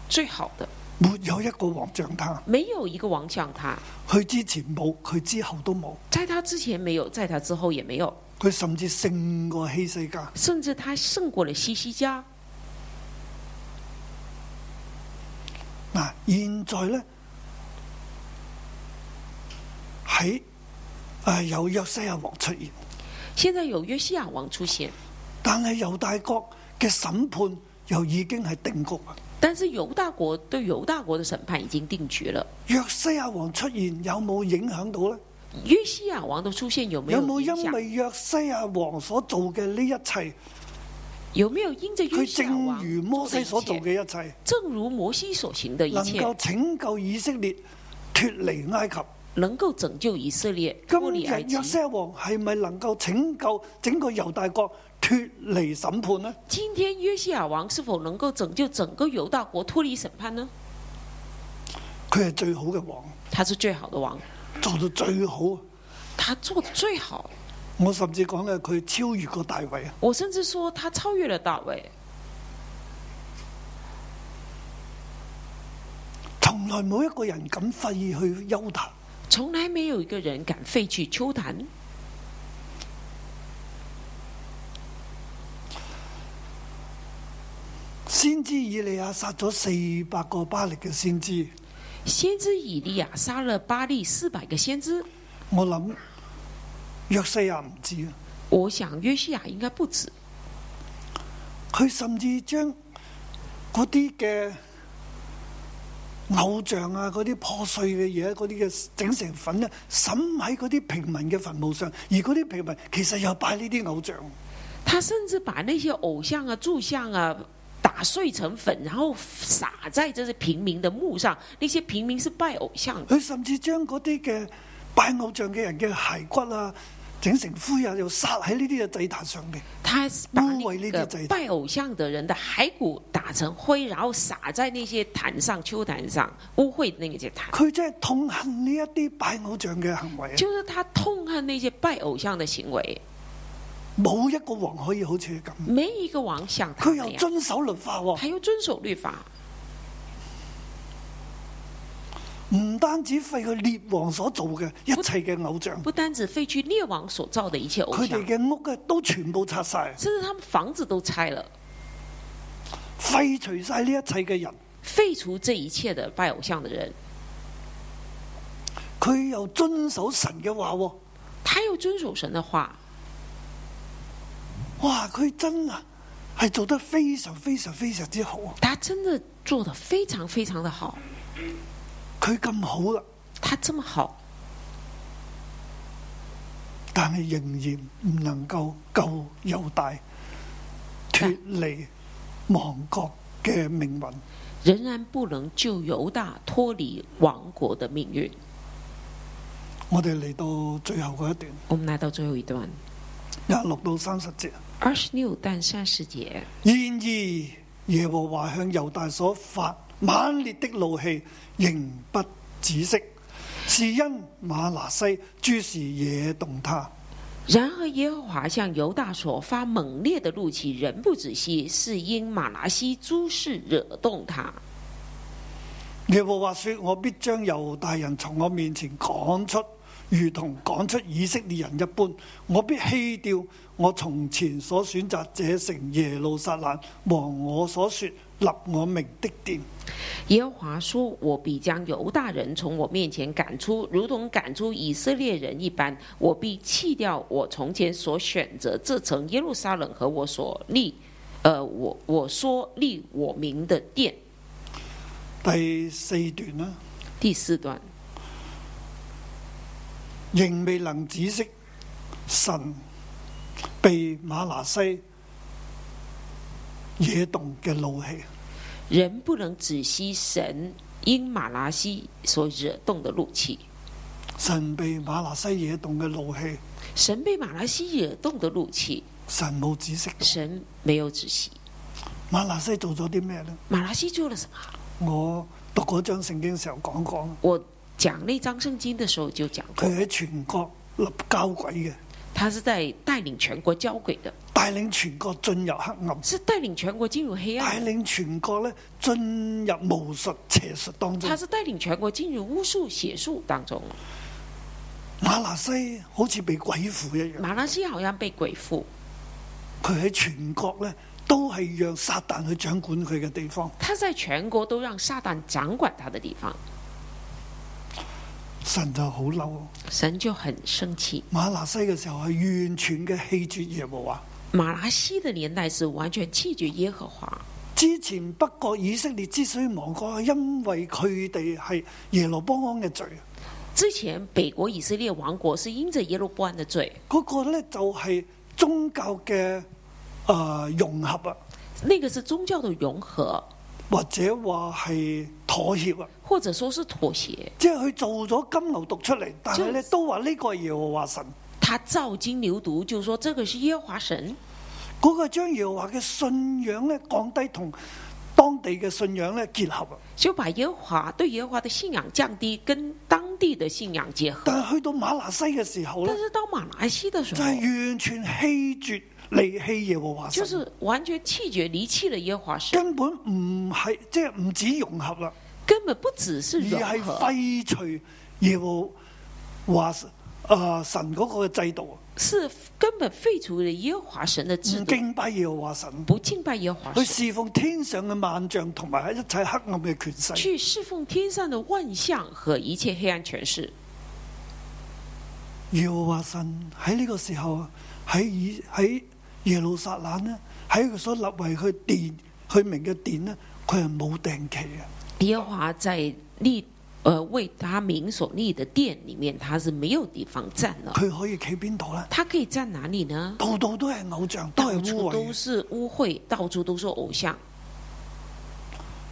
[SPEAKER 3] 最好的，
[SPEAKER 2] 沒有一個王像他。
[SPEAKER 3] 没有一个王像他，
[SPEAKER 2] 佢之前冇，佢之後都冇。
[SPEAKER 3] 在他之前没有，在他之后也没有，
[SPEAKER 2] 佢甚至勝過希西家。
[SPEAKER 3] 甚至他胜过了西西家。
[SPEAKER 2] 嗱，現在咧喺誒有約西亞王出現，
[SPEAKER 3] 现在有约西亚王出现，
[SPEAKER 2] 但係猶大國嘅審判又已經係定局啊啦。
[SPEAKER 3] 但是犹大国对犹大国的审判已经定局了。
[SPEAKER 2] 約西亞王出現有冇影響到呢？
[SPEAKER 3] 约西亚王的出现有没
[SPEAKER 2] 有冇
[SPEAKER 3] 有影
[SPEAKER 2] 因
[SPEAKER 3] 响？
[SPEAKER 2] 為約西亞王所做嘅呢一切，
[SPEAKER 3] 有没有因着约
[SPEAKER 2] 佢
[SPEAKER 3] 西亚
[SPEAKER 2] 正
[SPEAKER 3] 王
[SPEAKER 2] 如摩西所做
[SPEAKER 3] 做的一切，
[SPEAKER 2] 嘅一切，
[SPEAKER 3] 正如摩西所行的一
[SPEAKER 2] 能
[SPEAKER 3] 切，
[SPEAKER 2] 夠拯救以色列脱離埃及？
[SPEAKER 3] 能够拯救以色列
[SPEAKER 2] 今
[SPEAKER 3] 脱离埃
[SPEAKER 2] 日
[SPEAKER 3] 及
[SPEAKER 2] 約？西亞王係咪能夠拯救整個猶大國脱離審判呢？
[SPEAKER 3] 今天约西亚王是否能够拯救整个犹大国脱离审判呢？
[SPEAKER 2] 佢係最好嘅王，
[SPEAKER 3] 他是最好的王，
[SPEAKER 2] 做到最好。
[SPEAKER 3] 他做的最好。
[SPEAKER 2] 我甚至講咧，佢超越過大衛啊！
[SPEAKER 3] 我甚至说他超越了大卫，
[SPEAKER 2] 從來冇一個人敢廢去休談。
[SPEAKER 3] 从来没有一个人敢废去秋坛。
[SPEAKER 2] 先知以利亞殺咗四百個巴力嘅先知，
[SPEAKER 3] 先知以利亚杀了巴利四百个先知，
[SPEAKER 2] 我諗約西亞唔知啊！
[SPEAKER 3] 我想约西亚应该不止。
[SPEAKER 2] 佢甚至將嗰啲嘅偶像啊，嗰啲破碎嘅嘢，嗰啲嘅整成粉咧，滲喺嗰啲平民嘅墳墓上，而嗰啲平民其實又拜呢啲偶像。
[SPEAKER 3] 他甚至把那些偶像啊、柱像啊打碎成粉，然后撒在这些平民的墓上。那些平民是拜偶像的，
[SPEAKER 2] 佢甚至將嗰啲嘅拜偶像嘅人嘅骸骨啊，整成灰啊，又撒喺呢啲嘅祭壇上面。
[SPEAKER 3] 他把
[SPEAKER 2] 污秽
[SPEAKER 3] 那
[SPEAKER 2] 那个
[SPEAKER 3] 个
[SPEAKER 2] 贼
[SPEAKER 3] 拜偶像的人的骸骨打成灰，然后撒在那些坛上、秋坛上，污秽那些坛。
[SPEAKER 2] 佢真係痛恨呢一啲拜偶像嘅行為啊！
[SPEAKER 3] 就是他痛恨那些拜偶像的行为，
[SPEAKER 2] 冇一個王可以好似佢咁，
[SPEAKER 3] 没一个王像他
[SPEAKER 2] 佢
[SPEAKER 3] 那
[SPEAKER 2] 又
[SPEAKER 3] 样，
[SPEAKER 2] 遵守律法喎、
[SPEAKER 3] 他又遵守律法，
[SPEAKER 2] 唔單止廢佢列王所做嘅一切嘅偶像，
[SPEAKER 3] 不单只废去列王所造的一切偶
[SPEAKER 2] 佢
[SPEAKER 3] 像
[SPEAKER 2] 哋，嘅屋嘅都全部拆晒，
[SPEAKER 3] 甚至他们房子都拆了，
[SPEAKER 2] 廢除晒呢一切嘅人。
[SPEAKER 3] 废除这一切的拜偶像的人，
[SPEAKER 2] 佢又遵守神嘅話喎，
[SPEAKER 3] 他又遵守神的话，
[SPEAKER 2] 哇！佢真啊係做得非常非常非常之好啊！
[SPEAKER 3] 他真的做的非常非常的好，
[SPEAKER 2] 佢咁好啊啦，
[SPEAKER 3] 他这么好，
[SPEAKER 2] 但係仍然唔能夠救猶大脱離亡國嘅命運。
[SPEAKER 3] 仍然不能救犹大脱离亡国的命运。
[SPEAKER 2] 我哋嚟到最後嗰一段
[SPEAKER 3] 我们来到最后一段，
[SPEAKER 2] 廿六到三十節。
[SPEAKER 3] 二十六但三十节。
[SPEAKER 2] 然而耶和華向猶大所發猛烈的怒氣仍不止息，是因馬拿西諸事惹動他。
[SPEAKER 3] 然而耶和华向犹大所发猛烈的怒气仍不止息，是因马拿西诸事惹动他。
[SPEAKER 2] 耶和華說：我必將猶大人從我面前趕出，如同趕出以色列人一般。我必棄掉我從前所選擇這城耶路撒冷和我所說立我名的殿。
[SPEAKER 3] 耶和华说：“我必将犹大人从我面前赶出，如同赶出以色列人一般。我必弃掉我从前所选择这城耶路撒冷和我所立，呃，我我说立我名的殿。
[SPEAKER 2] 第四段啦。”
[SPEAKER 3] 第四段，
[SPEAKER 2] 仍未能止息神被馬拿西惹動嘅怒氣。
[SPEAKER 3] 人不能止息神因马拉西所惹动的怒气，
[SPEAKER 2] 神被馬拿西惹動嘅怒氣，
[SPEAKER 3] 神被马拉西惹动的怒气，
[SPEAKER 2] 神冇止息。
[SPEAKER 3] 神没有止息。
[SPEAKER 2] 馬拿西做咗啲咩呢？
[SPEAKER 3] 马拉西做了什么？
[SPEAKER 2] 我讀嗰章聖經時候講過，
[SPEAKER 3] 我讲那张圣经的时候就讲过，
[SPEAKER 2] 佢喺全國立交鬼嘅，
[SPEAKER 3] 他是在带领全国交鬼的。
[SPEAKER 2] 帶領全國進入黑暗，
[SPEAKER 3] 是带领全国进入黑
[SPEAKER 2] 帶
[SPEAKER 3] 暗，
[SPEAKER 2] 領全國咧進入巫術邪術當中
[SPEAKER 3] 他。是带领全国进入巫术、邪术当中。
[SPEAKER 2] 馬拿西好似被鬼附一樣。
[SPEAKER 3] 马拉西好像被鬼附，
[SPEAKER 2] 佢喺全國咧都係讓撒旦去掌管佢嘅地方，
[SPEAKER 3] 他在全国都让撒旦掌管他的地方，
[SPEAKER 2] 神就好嬲。啊
[SPEAKER 3] 神就很生气。
[SPEAKER 2] 馬拿西嘅時候係完全嘅棄絕耶和華。
[SPEAKER 3] 马拉西的年代是完全弃绝耶和华。
[SPEAKER 2] 之前北國以色列之所以亡國，係因為佢哋係耶羅波安嘅罪，啊
[SPEAKER 3] 之前北国以色列王国是因着耶路波安的罪，
[SPEAKER 2] 嗰、個咧就係宗教嘅呃融合啊，
[SPEAKER 3] 那个是宗教的融合，
[SPEAKER 2] 或者話係妥協啊。
[SPEAKER 3] 或者说是妥协。
[SPEAKER 2] 即係佢做咗金牛犢出嚟，但係咧
[SPEAKER 3] 就
[SPEAKER 2] 都話呢個係耶和華神，
[SPEAKER 3] 他造金牛犊，就说这个是耶和华神，
[SPEAKER 2] 嗰、個將耶和華嘅信仰咧降低同當地嘅信仰咧結合啊。
[SPEAKER 3] 就把耶和华对耶和华的信仰降低，跟当地的信仰结合。
[SPEAKER 2] 但係去到馬拿西嘅時候咧
[SPEAKER 3] 但，是到马来西的时
[SPEAKER 2] 就
[SPEAKER 3] 候，
[SPEAKER 2] 係完全棄絕離棄耶和華
[SPEAKER 3] 就
[SPEAKER 2] 神，
[SPEAKER 3] 是完全弃绝、离弃了耶和华神，
[SPEAKER 2] 根本唔係即係唔止融合啦，
[SPEAKER 3] 根本不只是
[SPEAKER 2] 而
[SPEAKER 3] 融
[SPEAKER 2] 係
[SPEAKER 3] 合，
[SPEAKER 2] 廢除耶和華神啊神嗰個制度，啊
[SPEAKER 3] 是根本废除了耶和华神的制
[SPEAKER 2] 唔
[SPEAKER 3] 度，
[SPEAKER 2] 敬拜耶和華神，
[SPEAKER 3] 不敬拜耶和华
[SPEAKER 2] 去
[SPEAKER 3] 神，
[SPEAKER 2] 侍奉天上嘅萬象同埋一切黑暗嘅權勢。
[SPEAKER 3] 去侍奉天上的万象和一切黑暗权势。
[SPEAKER 2] 耶和華神喺呢個時候喺以喺耶路撒冷呢，喺佢所立為佢殿佢名嘅殿呢，佢係冇定期嘅。
[SPEAKER 3] 耶和华在立呃为他名所立的殿里面，他是没有地方站了。
[SPEAKER 2] 佢可以企邊度咧？
[SPEAKER 3] 他可以站哪里呢？
[SPEAKER 2] 度度都係偶像，都
[SPEAKER 3] 到
[SPEAKER 2] 係污
[SPEAKER 3] 处
[SPEAKER 2] 秽
[SPEAKER 3] 都
[SPEAKER 2] 嘅，
[SPEAKER 3] 是污秽，到处都是偶像，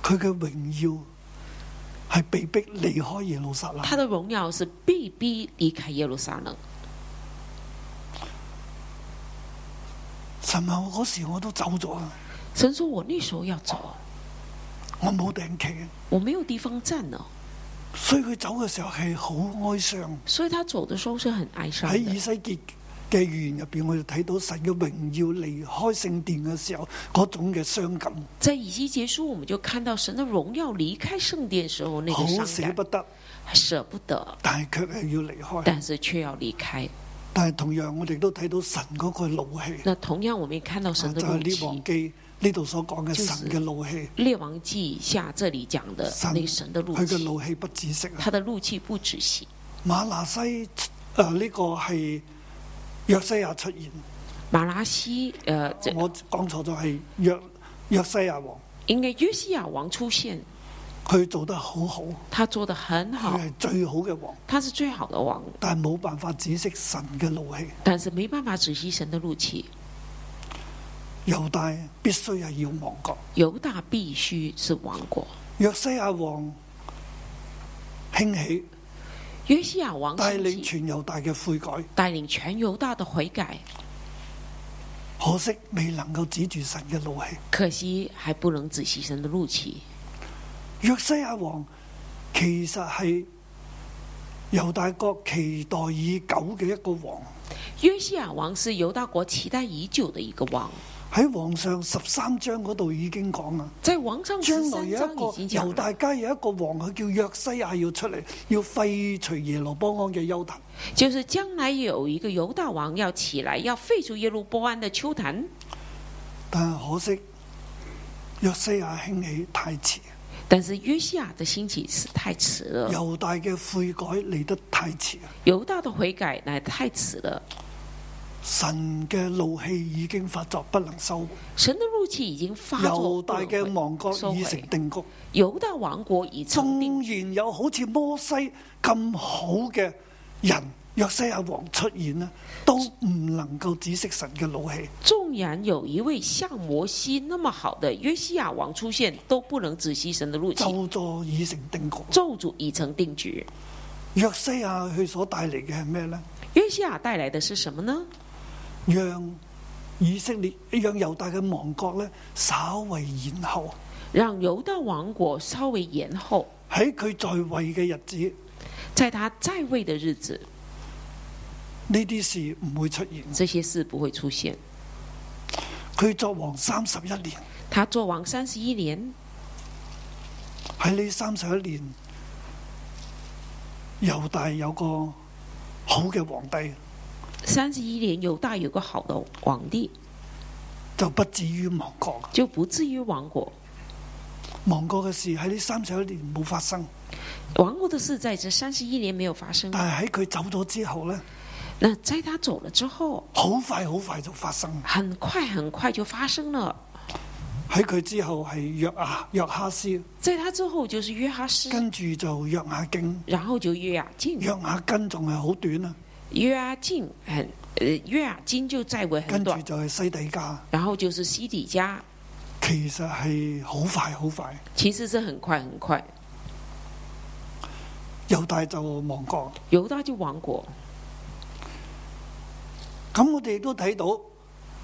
[SPEAKER 2] 佢嘅榮耀係被逼離開耶路撒冷。
[SPEAKER 3] 他的荣耀是被逼离开耶路撒冷。
[SPEAKER 2] 神啊，我嗰時我都走咗啊啦，
[SPEAKER 3] 神说：“我那时候要走，
[SPEAKER 2] 我冇定期嘅，
[SPEAKER 3] 我没有地方站了。
[SPEAKER 2] 所以佢走嘅時候係好哀傷。”
[SPEAKER 3] 所以他走的时候是很哀伤
[SPEAKER 2] 喺以
[SPEAKER 3] 的。
[SPEAKER 2] 西結嘅預言入邊，我哋睇到神嘅榮耀離開聖殿嘅時候嗰種嘅傷感，
[SPEAKER 3] 在以西结束，我们就看到神的荣耀离开圣殿时候那
[SPEAKER 2] 好
[SPEAKER 3] 个
[SPEAKER 2] 捨
[SPEAKER 3] 伤
[SPEAKER 2] 不
[SPEAKER 3] 感，
[SPEAKER 2] 得，
[SPEAKER 3] 舍不得，
[SPEAKER 2] 但係卻係要離開。
[SPEAKER 3] 但是却要离开。
[SPEAKER 2] 但係同樣，我哋都睇到神嗰個怒氣，
[SPEAKER 3] 那同样，我们也看到神
[SPEAKER 2] 啊
[SPEAKER 3] 的
[SPEAKER 2] 就係
[SPEAKER 3] 怒
[SPEAKER 2] 列
[SPEAKER 3] 气
[SPEAKER 2] 王。記呢度所講嘅
[SPEAKER 3] 就是
[SPEAKER 2] 神嘅怒氣，
[SPEAKER 3] 列王记下这里讲的
[SPEAKER 2] 神
[SPEAKER 3] 那个神的怒
[SPEAKER 2] 佢嘅
[SPEAKER 3] 气，
[SPEAKER 2] 怒氣不止息啊！
[SPEAKER 3] 他的怒气不止息。
[SPEAKER 2] 馬拿西誒呢個係約西亞出現，
[SPEAKER 3] 马拉西，呃，这
[SPEAKER 2] 我講錯咗係約約西亞王，
[SPEAKER 3] 应该约西亚王出现，
[SPEAKER 2] 佢做得好好，
[SPEAKER 3] 他做的很好
[SPEAKER 2] 佢，係最好嘅王，
[SPEAKER 3] 他是最好的王，
[SPEAKER 2] 但係冇辦法止息神嘅怒氣。
[SPEAKER 3] 但是没办法止息神的怒气。
[SPEAKER 2] 猶大必須係要亡國。
[SPEAKER 3] 犹大必须是亡国。
[SPEAKER 2] 約西亞王興起，
[SPEAKER 3] 约西亚王
[SPEAKER 2] 帶
[SPEAKER 3] 兴
[SPEAKER 2] 領
[SPEAKER 3] 起，
[SPEAKER 2] 全猶大嘅悔改，
[SPEAKER 3] 带领全犹大的悔改，
[SPEAKER 2] 可惜未能夠止住神嘅怒氣。
[SPEAKER 3] 可惜还不能止息神的怒气。
[SPEAKER 2] 約西亞王其實係猶大國期待已久嘅一個王，
[SPEAKER 3] 约西亚王是犹大国期待已久的一个王，
[SPEAKER 2] 喺王上十三章嗰度已經講啦。
[SPEAKER 3] 在王上
[SPEAKER 2] 將來
[SPEAKER 3] 十三
[SPEAKER 2] 有一
[SPEAKER 3] 章
[SPEAKER 2] 個
[SPEAKER 3] 已经讲
[SPEAKER 2] 猶
[SPEAKER 3] 了
[SPEAKER 2] 大家有一個王，佢叫約西亞要出嚟，要廢除耶羅波安嘅丘壇。
[SPEAKER 3] 就是将来有一个犹大王要起来，要废除耶路波安的丘坛，
[SPEAKER 2] 但係可惜約西亞興起太遲。
[SPEAKER 3] 但是约西亚的兴起是太迟了，
[SPEAKER 2] 猶大嘅悔改嚟得太遲，
[SPEAKER 3] 犹大的悔改乃太迟了，
[SPEAKER 2] 神嘅怒氣已經發作，不能收。
[SPEAKER 3] 神的怒气已经发作
[SPEAKER 2] 猶
[SPEAKER 3] 不
[SPEAKER 2] 大
[SPEAKER 3] 能回，
[SPEAKER 2] 嘅亡國
[SPEAKER 3] 收
[SPEAKER 2] 已成
[SPEAKER 3] 回，
[SPEAKER 2] 定局，
[SPEAKER 3] 犹大王国已成定，
[SPEAKER 2] 縱然有好似摩西咁好嘅人約西亞王出現呢，都唔能夠止息神嘅怒氣。
[SPEAKER 3] 纵然有一位像摩西那么好的约西亚王出现，都不能止息神的怒气，
[SPEAKER 2] 咒詛已成定局。
[SPEAKER 3] 咒诅已成定局。
[SPEAKER 2] 約西亞佢所帶嚟嘅係咩呢？
[SPEAKER 3] 约西亚带来的是什么呢？
[SPEAKER 2] 讓以色列讓猶大嘅亡國呢，稍為延後。
[SPEAKER 3] 让犹大王国稍微延后，
[SPEAKER 2] 喺佢在位嘅日子，呢
[SPEAKER 3] 在他在位的日子，
[SPEAKER 2] 啲事唔會出現。
[SPEAKER 3] 这些事不会出现。
[SPEAKER 2] 佢作王三十一年，
[SPEAKER 3] 他做王三十一年，
[SPEAKER 2] 喺呢三十一年，猶大有個好嘅皇帝，
[SPEAKER 3] 三十一年犹大有个好的皇帝，
[SPEAKER 2] 就不至於亡國。
[SPEAKER 3] 就不至于亡国。
[SPEAKER 2] 亡國嘅事喺呢三十一年冇發生，
[SPEAKER 3] 亡国的事在这三十一年没有发生，
[SPEAKER 2] 但係喺佢走咗之後呢，
[SPEAKER 3] 那在他走了之后，
[SPEAKER 2] 好快好快就發生。
[SPEAKER 3] 很快很快就发生了。
[SPEAKER 2] 喺佢之後係約亞約哈斯，
[SPEAKER 3] 在他之后就是约哈斯，
[SPEAKER 2] 跟住就約雅敬。
[SPEAKER 3] 然后就约雅敬，
[SPEAKER 2] 約雅根仲係好短啊，
[SPEAKER 3] 约雅敬很呃约雅金就在位很
[SPEAKER 2] 跟住
[SPEAKER 3] 短，
[SPEAKER 2] 就係西底家，
[SPEAKER 3] 然后就是西底家，
[SPEAKER 2] 其實係好快好快。
[SPEAKER 3] 其实是很快很快，
[SPEAKER 2] 猶大就亡國。
[SPEAKER 3] 犹大就亡国。
[SPEAKER 2] 咁我哋亦都睇到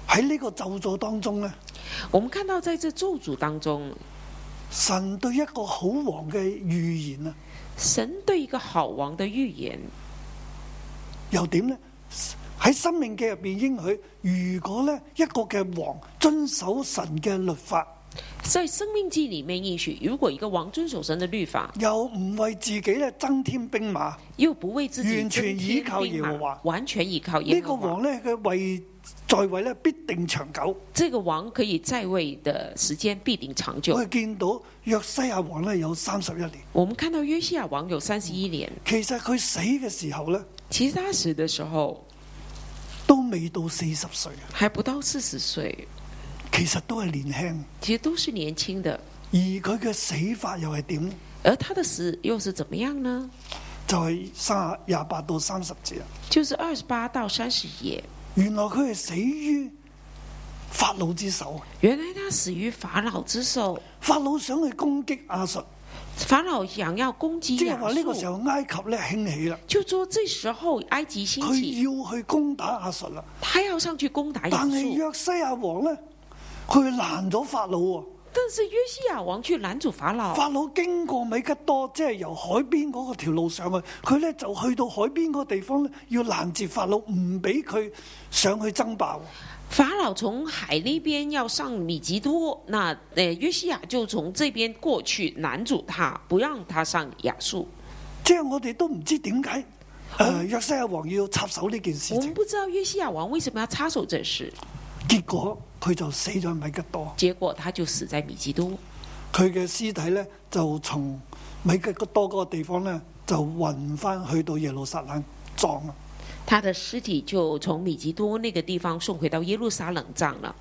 [SPEAKER 2] 喺呢個咒詛當中呢。
[SPEAKER 3] 我们看到在这咒诅当中，
[SPEAKER 2] 神對一個好王嘅預言啊，
[SPEAKER 3] 神对一个好王的预言，
[SPEAKER 2] 又點呢？喺生命嘅入邊應許，如果呢一個嘅王遵守神嘅律法，
[SPEAKER 3] 在《生命记》里面应许，如果一个王遵守神的律法，
[SPEAKER 2] 又唔為自己咧增添兵馬，
[SPEAKER 3] 又不为自己
[SPEAKER 2] 完全
[SPEAKER 3] 增添
[SPEAKER 2] 依靠
[SPEAKER 3] 兵
[SPEAKER 2] 耶和
[SPEAKER 3] 马
[SPEAKER 2] 华
[SPEAKER 3] 完全依靠
[SPEAKER 2] 呢
[SPEAKER 3] 耶
[SPEAKER 2] 個
[SPEAKER 3] 和华
[SPEAKER 2] 王，呢，佢位在位咧必定長久。
[SPEAKER 3] 这个王可以在位的时间必定长久
[SPEAKER 2] 我。哋見到約西亞王呢有三十一年，
[SPEAKER 3] 我们看到约西亚王有三十一年，
[SPEAKER 2] 其實佢死嘅時候呢，
[SPEAKER 3] 其实他死的时候
[SPEAKER 2] 都未到四十歲，啊
[SPEAKER 3] 还不到四十岁，
[SPEAKER 2] 其實都係年輕。
[SPEAKER 3] 其实都是年轻的。
[SPEAKER 2] 而佢嘅死法又係點？
[SPEAKER 3] 而他的死又是怎么样呢？
[SPEAKER 2] 就係三廿八到三十節啊。
[SPEAKER 3] 就是二十八到三十页，
[SPEAKER 2] 原來佢係死於法老之手，
[SPEAKER 3] 原来他死于法老之手，
[SPEAKER 2] 法老想去攻擊亞述，
[SPEAKER 3] 法老想要攻击
[SPEAKER 2] 即
[SPEAKER 3] 亚
[SPEAKER 2] 係話呢個時
[SPEAKER 3] 述，
[SPEAKER 2] 候埃及咧興起啦，
[SPEAKER 3] 就说这时候埃及兴起，
[SPEAKER 2] 佢要去攻打亞述啦。
[SPEAKER 3] 他要上去攻打亚
[SPEAKER 2] 但係
[SPEAKER 3] 述，
[SPEAKER 2] 約西亞王咧，佢攔咗法老喎。
[SPEAKER 3] 但是约西亚王却拦阻法老。
[SPEAKER 2] 法老經過美吉多，即係由海邊嗰個條路上去，佢咧就去到海邊嗰個地方咧，要攔截法老，唔俾佢上去爭霸喎。
[SPEAKER 3] 法老从海那边要上米吉多，那呃约西亚就从这边过去拦阻他，不让他上亚述。
[SPEAKER 2] 即係我哋都唔知點解，诶、約西亞王要插手呢件事
[SPEAKER 3] 我们
[SPEAKER 2] 情，
[SPEAKER 3] 不知道约西亚王为什么要插手这事，
[SPEAKER 2] 結果佢就死咗喺米吉多。
[SPEAKER 3] 结果他就死在米吉多，
[SPEAKER 2] 佢嘅屍體咧就從美吉多嗰個地方咧就運翻去到耶路撒冷葬啊。
[SPEAKER 3] 他的尸体就从米吉多那个地方送回到耶路撒冷葬了。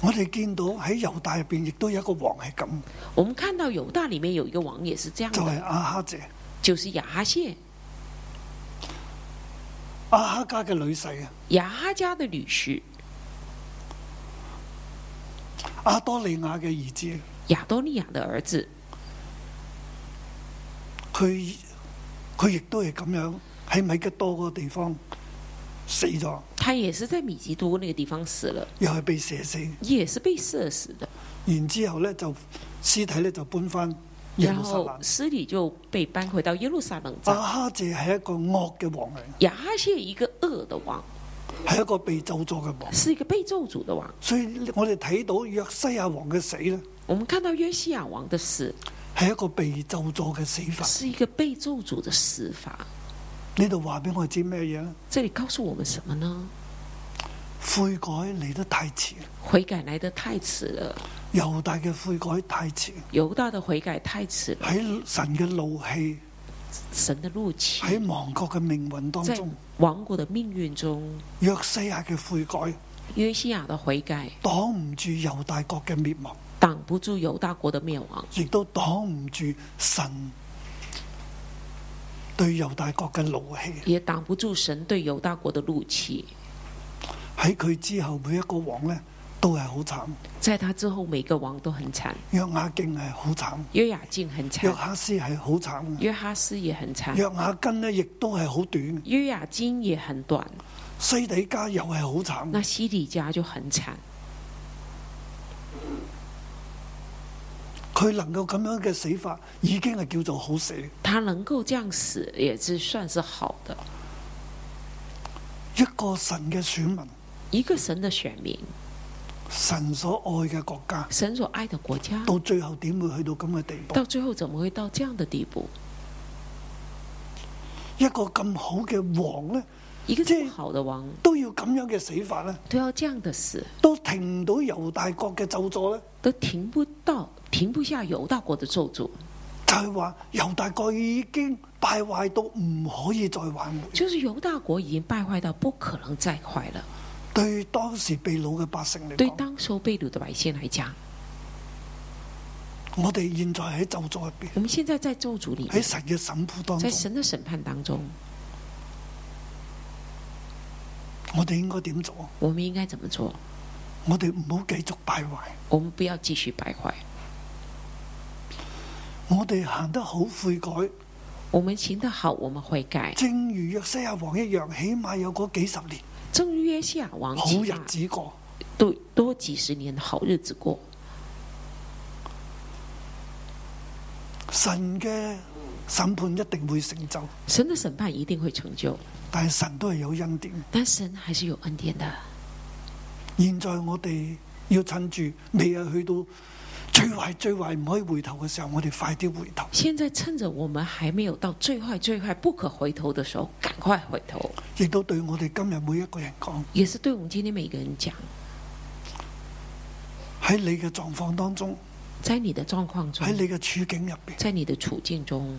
[SPEAKER 2] 我哋見到喺猶大入边亦都有一個王係咁，
[SPEAKER 3] 我们看到犹大里面有一个王也是这样
[SPEAKER 2] 就係
[SPEAKER 3] 的，
[SPEAKER 2] 亞哈謝
[SPEAKER 3] 就是亚哈谢，
[SPEAKER 2] 亞哈家嘅女婿啊，
[SPEAKER 3] 亚哈家的女婿
[SPEAKER 2] 亞多利亞嘅兒子啊。
[SPEAKER 3] 亚多利亚的儿子，
[SPEAKER 2] 佢佢亦都係咁樣喺米吉多嗰個地方死咗，
[SPEAKER 3] 他也是在米吉多那个地方死了，
[SPEAKER 2] 又係被射死，
[SPEAKER 3] 也是被射死的。
[SPEAKER 2] 然之後咧就屍體咧就搬翻耶
[SPEAKER 3] 然
[SPEAKER 2] 路撒
[SPEAKER 3] 后
[SPEAKER 2] 冷。哦
[SPEAKER 3] 尸体就被搬回到耶路撒冷
[SPEAKER 2] 阿
[SPEAKER 3] 葬。
[SPEAKER 2] 哈謝係一個惡嘅王嚟，
[SPEAKER 3] 亚哈谢一个恶的王，
[SPEAKER 2] 係一個被咒咗嘅王，
[SPEAKER 3] 是一个被咒诅的王。
[SPEAKER 2] 所以我哋睇到約西亞王嘅死咧
[SPEAKER 3] 我们看到约西亚王的死
[SPEAKER 2] 係一個被咒咗嘅死法。
[SPEAKER 3] 是一个被咒诅的死法，
[SPEAKER 2] 呢度話俾我知咩嘢咧？
[SPEAKER 3] 这里告诉我们什么呢？
[SPEAKER 2] 悔改嚟得太遲，
[SPEAKER 3] 悔改来得太迟了，
[SPEAKER 2] 猶大嘅悔改太遲，
[SPEAKER 3] 犹大的悔改太迟了，
[SPEAKER 2] 喺神嘅怒氣，
[SPEAKER 3] 神的怒气
[SPEAKER 2] 喺亡國嘅命運當
[SPEAKER 3] 在
[SPEAKER 2] 中，
[SPEAKER 3] 亡国的命运中，
[SPEAKER 2] 約西亞嘅悔改。
[SPEAKER 3] 约西亚的悔改
[SPEAKER 2] 擋唔住猶大國嘅滅亡，
[SPEAKER 3] 挡不住犹大国的灭亡，
[SPEAKER 2] 亦都擋唔住神對猶大國嘅怒氣。
[SPEAKER 3] 也挡不住神对犹大国的怒气。
[SPEAKER 2] 喺佢之後，每一個王呢都係好慘，
[SPEAKER 3] 在他之后，每個王都很惨，
[SPEAKER 2] 約雅敬係好慘，
[SPEAKER 3] 约雅敬很惨
[SPEAKER 2] 約，哈斯係好慘，
[SPEAKER 3] 约哈斯也很惨，
[SPEAKER 2] 約雅根呢亦都係好短，
[SPEAKER 3] 约雅金也很短，
[SPEAKER 2] 西底家又係好慘。
[SPEAKER 3] 那西底家就很惨。
[SPEAKER 2] 佢能夠咁樣嘅死法，已經係叫做好死。
[SPEAKER 3] 他能够这样死，也是算是好的。
[SPEAKER 2] 一個神嘅選民，
[SPEAKER 3] 一个神的选民，
[SPEAKER 2] 神所愛嘅國家，
[SPEAKER 3] 神所爱的国家，
[SPEAKER 2] 到最後點會去到咁嘅地步？
[SPEAKER 3] 到最后怎么会到这样的地步？
[SPEAKER 2] 一個咁好嘅王呢，
[SPEAKER 3] 一个
[SPEAKER 2] 这
[SPEAKER 3] 这么好的王
[SPEAKER 2] 都要咁樣嘅死法呢？
[SPEAKER 3] 都要这样的死，
[SPEAKER 2] 都停唔到猶大國嘅咒詛咧，
[SPEAKER 3] 都停不到，停不下犹大国的咒诅。
[SPEAKER 2] 就係話猶大國已經敗壞到唔可以再挽回。
[SPEAKER 3] 就是犹大国已经败坏到不可能再坏了。
[SPEAKER 2] 對當時被掳嘅百姓嚟
[SPEAKER 3] 对
[SPEAKER 2] 講，
[SPEAKER 3] 当时候被掳的百姓来讲，
[SPEAKER 2] 我哋現在喺咒詛入邊，
[SPEAKER 3] 我们现在在咒诅里
[SPEAKER 2] 喺
[SPEAKER 3] 面，
[SPEAKER 2] 神嘅審判當
[SPEAKER 3] 在
[SPEAKER 2] 中，
[SPEAKER 3] 神的审判当中，
[SPEAKER 2] 我哋應該點做？啊
[SPEAKER 3] 我们应该怎么做？
[SPEAKER 2] 我哋唔好繼續敗壞，
[SPEAKER 3] 我们不要继续败坏，
[SPEAKER 2] 我哋行得好悔改，
[SPEAKER 3] 我们行得好，我们悔改。
[SPEAKER 2] 正如約西亞王一樣，起碼有嗰幾十年
[SPEAKER 3] 正如约西亚王
[SPEAKER 2] 好
[SPEAKER 3] 起
[SPEAKER 2] 日
[SPEAKER 3] 码
[SPEAKER 2] 子過。
[SPEAKER 3] 多多几十年的好日子过，
[SPEAKER 2] 神嘅審判一定會成就，
[SPEAKER 3] 神的审判一定会成就。
[SPEAKER 2] 但係神都係有恩典。
[SPEAKER 3] 但神还是有恩典的。
[SPEAKER 2] 現在我哋要趁住未啊去到最壞最壞唔可以回頭嘅時候，我哋快啲回頭，
[SPEAKER 3] 现在趁着我们还没有到最坏最坏不可回头的时候，赶快回头，
[SPEAKER 2] 亦都對我哋今日每一個人講：
[SPEAKER 3] 也是对我们今天每个人讲，
[SPEAKER 2] 喺你嘅狀況當中，
[SPEAKER 3] 在你的状况中
[SPEAKER 2] 喺，你嘅處境入邊，
[SPEAKER 3] 在你的處境中，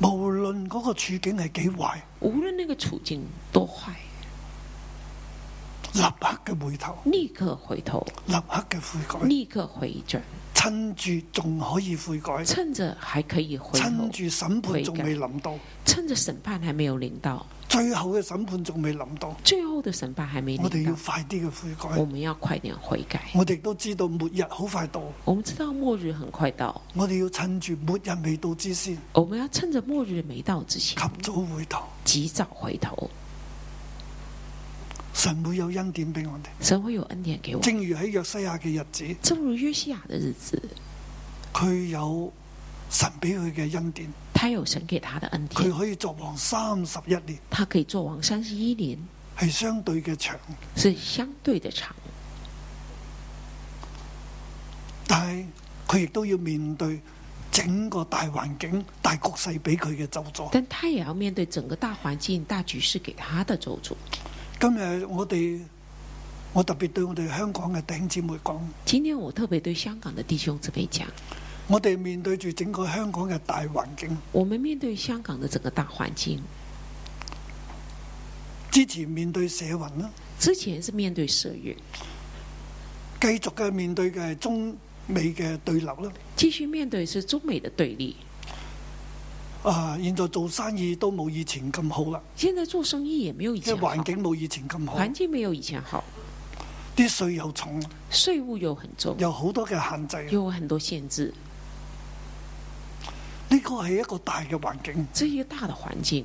[SPEAKER 2] 無論嗰個處境係幾壞，
[SPEAKER 3] 无论那个处境多坏，
[SPEAKER 2] 立刻嘅回頭，
[SPEAKER 3] 立刻回头，
[SPEAKER 2] 立刻嘅悔改，
[SPEAKER 3] 立刻回转，
[SPEAKER 2] 趁趁住仲可以悔改，
[SPEAKER 3] 趁着还可以回头
[SPEAKER 2] 趁，住審判仲未臨到，
[SPEAKER 3] 趁着审判还没有临到，
[SPEAKER 2] 最後嘅審判仲未臨到，
[SPEAKER 3] 最后的审判还没
[SPEAKER 2] 我哋
[SPEAKER 3] 临
[SPEAKER 2] 要
[SPEAKER 3] 到，
[SPEAKER 2] 快啲嘅悔
[SPEAKER 3] 我
[SPEAKER 2] 改。
[SPEAKER 3] 们要快点悔改。
[SPEAKER 2] 我哋都知道末日好快到，
[SPEAKER 3] 我们知道末日很快到，
[SPEAKER 2] 我哋要趁住末日未到之先，
[SPEAKER 3] 我们要趁着末日没到之前
[SPEAKER 2] 及早回頭。
[SPEAKER 3] 及早回头，
[SPEAKER 2] 神會有恩典俾我哋。
[SPEAKER 3] 神会有恩典给我。
[SPEAKER 2] 正如喺約西亞嘅日子，
[SPEAKER 3] 正如约西亚的日子，
[SPEAKER 2] 佢有神俾佢嘅恩典，
[SPEAKER 3] 他有神给他的恩典
[SPEAKER 2] 佢，可以作王三十一年，
[SPEAKER 3] 他可以做王三十一年，
[SPEAKER 2] 係相對嘅長。
[SPEAKER 3] 是相对的长，
[SPEAKER 2] 但係佢亦都要面對整個大環境、大局勢俾佢嘅咒詛。
[SPEAKER 3] 但他也要面对整个大环境、大局势给他的咒诅。
[SPEAKER 2] 今日我哋，我特別對我哋香港嘅弟兄姊妹講，
[SPEAKER 3] 今天我特别对香港的弟兄姊妹讲，
[SPEAKER 2] 我哋面對住整個香港嘅大環境，
[SPEAKER 3] 我们面对香港的整个大环境，
[SPEAKER 2] 之前面對社運啦，
[SPEAKER 3] 之前是面对社运，
[SPEAKER 2] 繼續嘅面對嘅係中美嘅對立啦。
[SPEAKER 3] 继续面对是中美的对立。
[SPEAKER 2] 啊，現在做生意都冇以前咁好啦，
[SPEAKER 3] 现在做生意也没有以
[SPEAKER 2] 即
[SPEAKER 3] 前
[SPEAKER 2] 係
[SPEAKER 3] 好，
[SPEAKER 2] 環境冇以前咁好，
[SPEAKER 3] 环境没有以前好，
[SPEAKER 2] 啲税又重，
[SPEAKER 3] 税务又很重，
[SPEAKER 2] 有好多嘅限制。
[SPEAKER 3] 有很多限制，
[SPEAKER 2] 呢個係一個大嘅環境，
[SPEAKER 3] 这一个大的环境，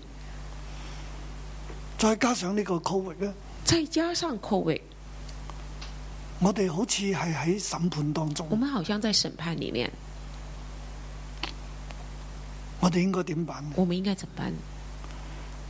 [SPEAKER 2] 再加上呢個 Covid 咧，
[SPEAKER 3] 再加上扣位，
[SPEAKER 2] 嗯我哋好似係喺審判當
[SPEAKER 3] 我
[SPEAKER 2] 中，
[SPEAKER 3] 们好像在审判里面，
[SPEAKER 2] 我哋應該點辦？
[SPEAKER 3] 我们应该怎么办？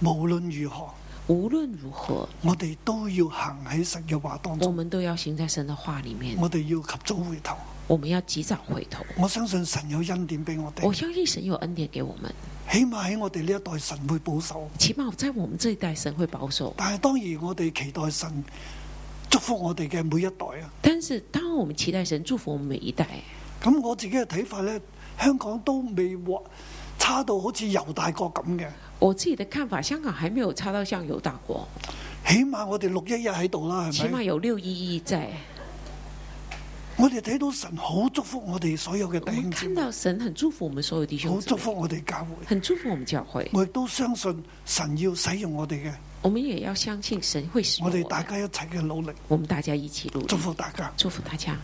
[SPEAKER 2] 無論如何，
[SPEAKER 3] 无论如何，
[SPEAKER 2] 我哋都要行喺神嘅話當
[SPEAKER 3] 我
[SPEAKER 2] 中，
[SPEAKER 3] 们都要行在神的话里面，
[SPEAKER 2] 我哋要及早回頭。
[SPEAKER 3] 我们要及早回头。
[SPEAKER 2] 我相信神有恩典俾我
[SPEAKER 3] 我
[SPEAKER 2] 哋，
[SPEAKER 3] 相信神有恩典给我们，
[SPEAKER 2] 起碼喺我哋呢一代神會保守。
[SPEAKER 3] 起码在我们这一代神会保守。
[SPEAKER 2] 但係當然我哋期待神祝福我哋嘅每一代啊。
[SPEAKER 3] 但是，当我们期待神祝福我们每一代，
[SPEAKER 2] 咁我自己嘅睇法呢，香港都未獲差到好似猶大國咁嘅，
[SPEAKER 3] 我自己的看法，香港还没有差到像犹大国，
[SPEAKER 2] 起碼我哋六一一喺度啦，
[SPEAKER 3] 起
[SPEAKER 2] 係
[SPEAKER 3] 码
[SPEAKER 2] 咪？
[SPEAKER 3] 有六一一在。
[SPEAKER 2] 我哋睇到神好祝福我哋所有嘅弟
[SPEAKER 3] 我们
[SPEAKER 2] 兄姊
[SPEAKER 3] 看
[SPEAKER 2] 妹，
[SPEAKER 3] 到神很祝福我们所有弟
[SPEAKER 2] 好
[SPEAKER 3] 兄姊
[SPEAKER 2] 祝
[SPEAKER 3] 妹，
[SPEAKER 2] 福我哋教會。
[SPEAKER 3] 很祝福我们教会。
[SPEAKER 2] 我亦都相信神要使用我哋嘅，
[SPEAKER 3] 我们也要相信神会使用
[SPEAKER 2] 我
[SPEAKER 3] 我
[SPEAKER 2] 哋大
[SPEAKER 3] 们。
[SPEAKER 2] 家一齊嘅努力，
[SPEAKER 3] 我们大家一起努
[SPEAKER 2] 祝
[SPEAKER 3] 力，
[SPEAKER 2] 福大家。
[SPEAKER 3] 祝福大家。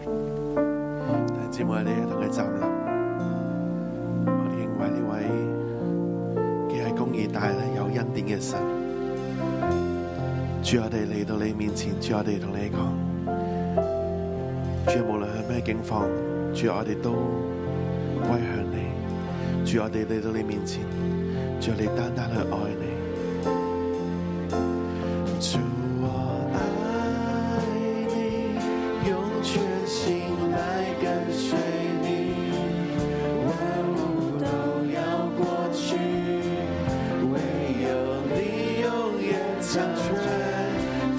[SPEAKER 4] 弟兄姊妹，你哋同佢站立，我哋敬拜呢位既係公義但係咧有恩典嘅神。主，我哋嚟到你面前，主，我哋同你講，主，無論係咩境況，主，我哋都歸向你。主，我哋嚟到你面前，主，你單單去愛你。主，我愛你。用全心来跟随你，万物都要过去，唯有你永远长存。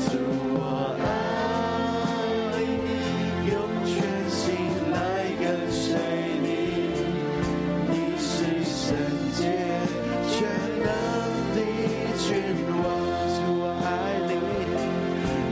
[SPEAKER 4] 主，我爱你，用全心来跟随你，你是圣洁全能的君王，主，我爱你。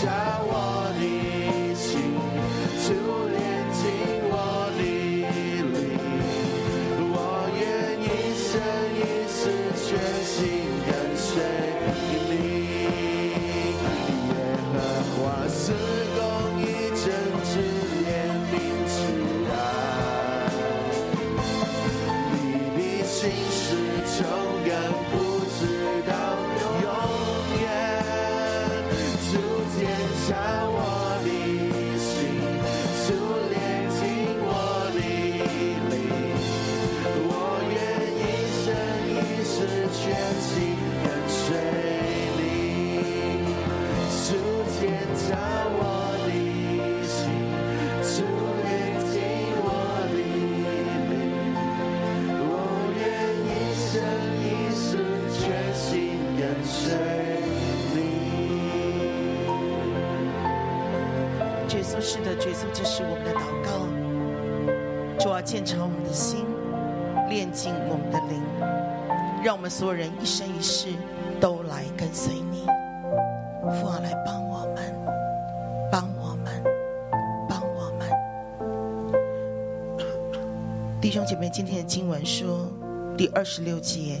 [SPEAKER 4] 下我的心，主炼进我的灵，我愿一生一世全心跟随你。耶和华是公义正直怜悯慈爱。你的心事穷根不知道永远，主检查我的心，主炼净我的灵，我愿一生一世全心跟随你，主检查我的心，主炼净我的灵。我愿一生一世全心跟随你。
[SPEAKER 5] 耶稣是的，耶稣，这是我们的祷告。主啊，鉴察我们的心，炼净我们的灵，让我们所有人一生一世都来跟随你。父啊，来帮我们，帮我们，帮我们。弟兄姐妹，今天的经文说第二十六节，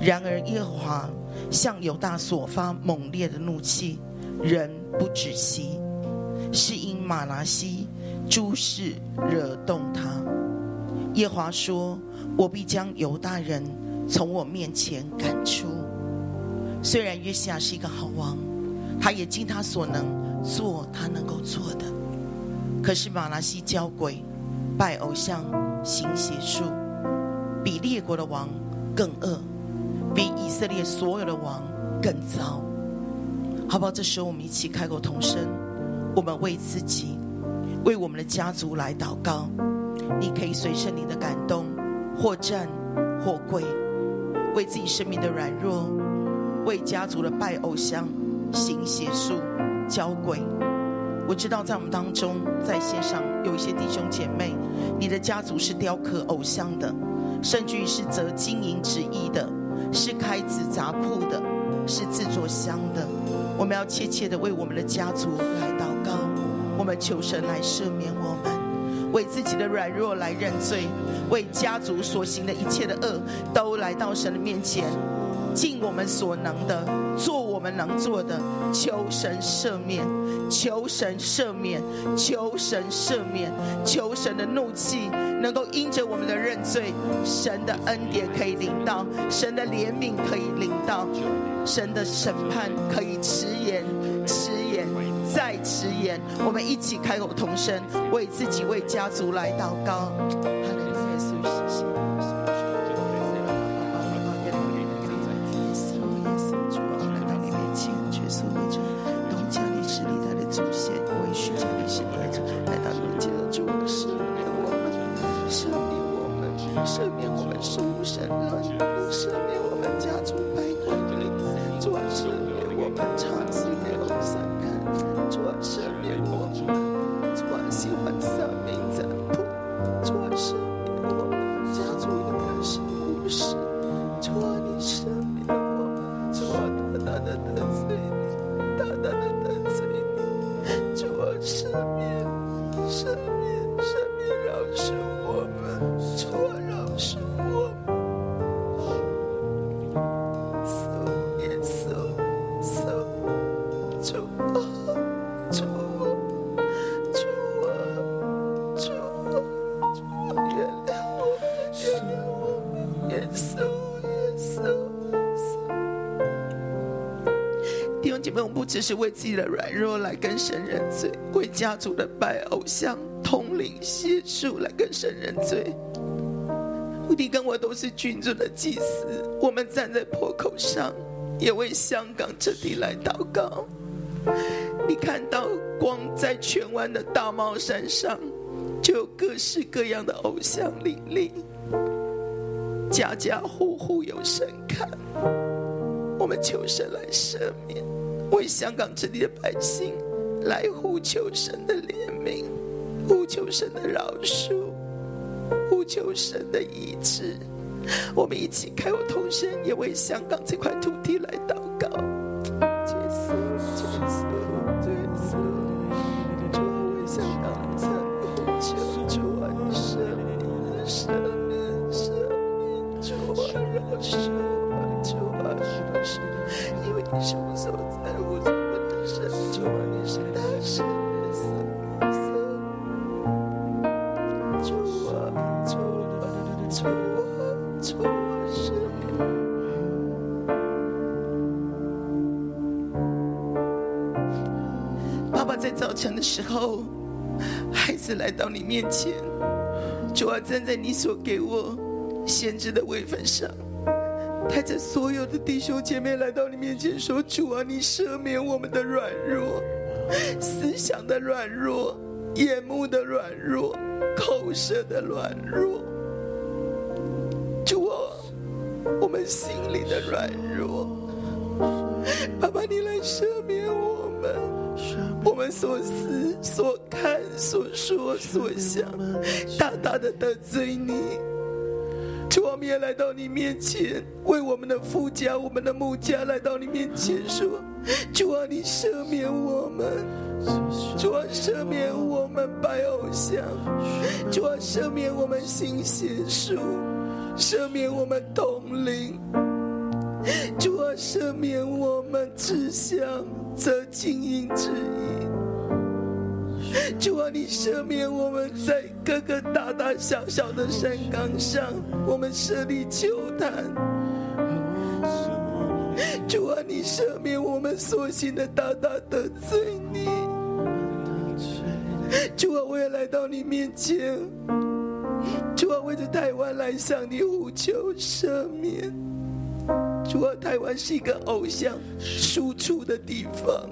[SPEAKER 5] 然而耶和华向犹大所发猛烈的怒气，人不止息。是因马拿西诸事惹动他。耶和华说：“我必将犹大人从我面前赶出。”虽然约西亚是一个好王，他也尽他所能做他能够做的，可是马拿西交鬼、拜偶像、行邪术，比列国的王更恶，比以色列所有的王更糟。好不好？这时候我们一起开口同声。我们为自己、为我们的家族来祷告。你可以随圣灵的感动，或站或跪，为自己生命的软弱，为家族的拜偶像、行邪术、交鬼。我知道在我们当中，在线上有一些弟兄姐妹，你的家族是雕刻偶像的，甚至于是折金银纸衣的，是开纸杂铺的，是制作香的。我们要切切的为我们的家族来祷告，我们求神来赦免我们，为自己的软弱来认罪，为家族所行的一切的恶都来到神的面前，尽我们所能的，做我们能做的，求神赦免，求神赦免，求神赦免，求神的怒气能够因着我们的认罪，神的恩典可以领到，神的怜悯可以领到，神的审判可以迟延，迟延。再迟延，我们一起开口同声，为自己、为家族来祷告。哈利路亚，主谢谢你。主耶稣，主啊，我来到你面前，耶稣为着东家你是历代的祖先，为许家你是历代祖先来到你面前的主，赦免我们，赦免我们，赦免我们是无神论，赦免我们家族败坏的灵，主啊，赦免我们长死没有散看，主啊，赦免我们，主啊，喜欢三明占卜，主啊，赦免我们家族的是无神。主啊，你赦免我们，主啊，大大的得罪你，大大的得罪你，主啊，赦免，赦免，赦免，饶恕我们，主啊，饶恕我们。So 耶稣，so 主啊，主啊，主啊，主啊，主啊，原谅我们，原谅我们。耶稣，耶稣，耶稣弟兄姐妹，我们不只是为自己的软弱来跟神认罪，为家族的拜偶像、通灵、邪术来跟神认罪。你跟我都是君尊的祭司，我们站在破口上，也为香港这地来祷告。你看到光在荃湾的大帽山上，就有各式各样的偶像林立。家家户户有神看。我们求神来赦免，为香港这地的百姓来呼求神的怜悯，呼求神的饶恕，呼求神的医治。我们一起开口同声，也为香港这块土地来祷告。耶稣，耶稣。
[SPEAKER 6] 什么时候在我这么的神主啊，你是大神，你是大神，主啊，主啊，主啊，主啊，神啊。
[SPEAKER 5] 爸爸在早晨的时候，孩子来到你面前，主啊，站在你所给我先知的位份上，带着所有的弟兄姐妹来到你面前，说：“主啊，你赦免我们的软弱，思想的软弱，眼目的软弱，口舌的软弱。主啊，我们心里的软弱，爸爸，你来赦免我们。”我们所思、所看、所说、所想，大大的得罪你。主啊，我们也来到你面前，为我们的父家、我们的母家来到你面前说：主啊，你赦免我们。主啊，赦免我们拜偶像；主啊，赦免我们行邪术；赦免我们同灵；主啊，赦免我们志向则经营之意。主啊，你赦免我们在各个大大小小的山岗上，我们设立球坛。主啊，你赦免我们所行的大大得罪你。主啊，我也来到你面前。主啊，为着台湾来向你呼求赦免。主啊，台湾是一个偶像输出的地方。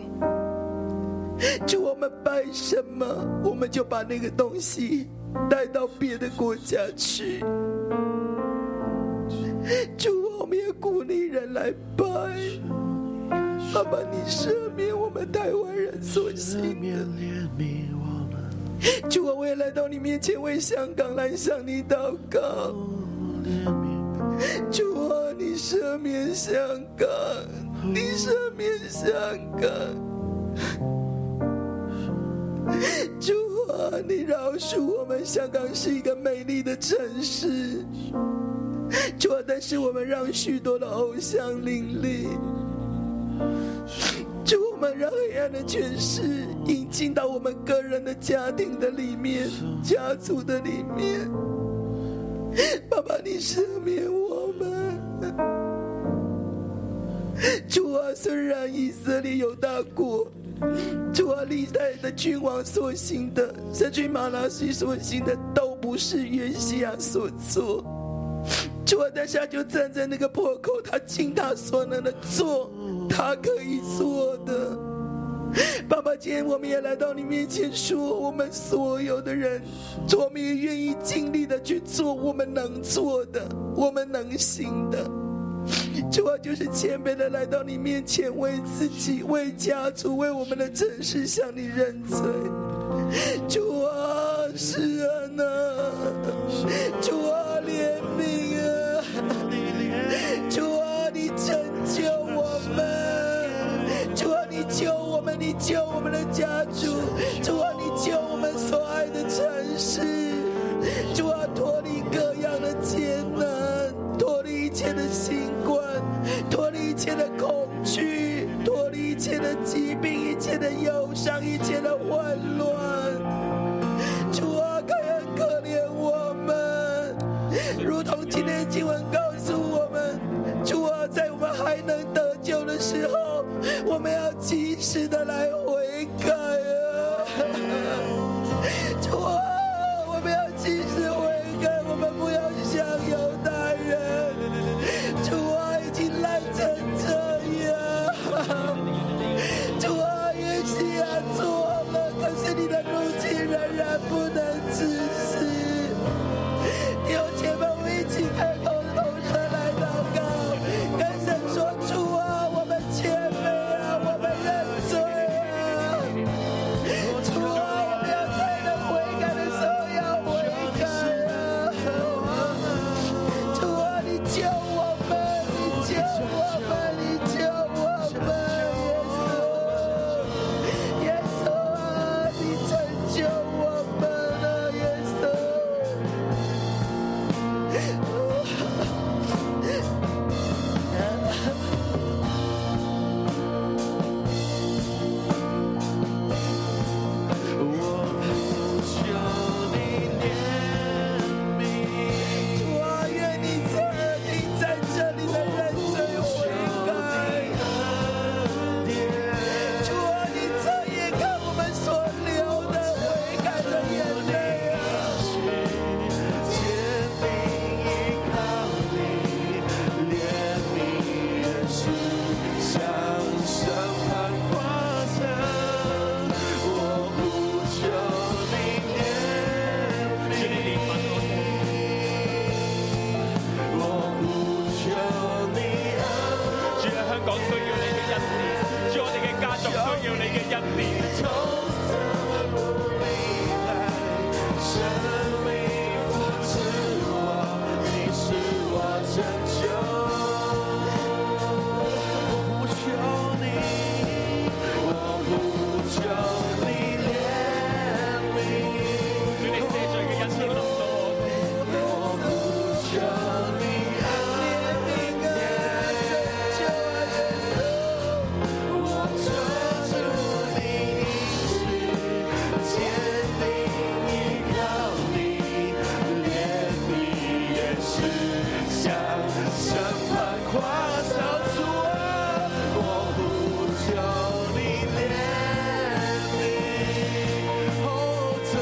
[SPEAKER 5] 主，啊我们拜什么，我们就把那个东西带到别的国家去。主，啊我们也鼓励人来拜。爸爸，你赦免我们台湾人所行的。主啊，我也来到你面前为香港来向你祷告。主啊，你赦免香港，你赦免香港。主啊，你饶恕我们，香港是一个美丽的城市。主啊，但是我们让许多的偶像林立。主，我们让黑暗的权势引进到我们个人的家庭的里面、家族的里面。爸爸，你赦免我们。主啊，虽然以色列有大国，主啊，历代的君王所行的，甚至马拉西所行的，都不是约西亚所做。主啊，但是他就站在那个破口，他尽他所能的做他可以做的。爸爸，今天我们也来到你面前说，我们所有的人，主我们也愿意尽力的去做我们能做的，我们能行的。主啊，就是谦卑的来到你面前，为自己、为家族、为我们的城市向你认罪。主啊，是啊呐，主啊，怜悯啊，主啊，你拯救我们，主啊，你救我们，你救我们的家族，主啊，你救我们所爱的城市，主啊，脱离各样的艰难，脱离一切的新冠，脱离一切的恐惧，脱离一切的疾病，一切的忧伤，一切的混乱。主啊，开恩可怜我们，如同今天经文告诉我们，主啊，在我们还能得救的时候，我们要及时的来悔改啊！ 主啊，我们要及时悔改，我们不要像犹太人，主啊，已经烂成这样。主啊，也许啊错了，可是你的怒气仍然不能止息。弟兄姐妹，我们一起开口同声来祷告，跟神说：主啊，我们谦卑啊，我们认罪啊。啊啊啊
[SPEAKER 4] 让你从此不离开，生命扶持我，你是我拯救，我呼求你，我呼求你怜悯，
[SPEAKER 7] 主你赦罪嘅恩典臨到我哋，
[SPEAKER 4] 我呼求你怜悯我抓住你的手，坚定依靠你，连你也是想审判跨上主啊，我呼求你怜悯，哦主，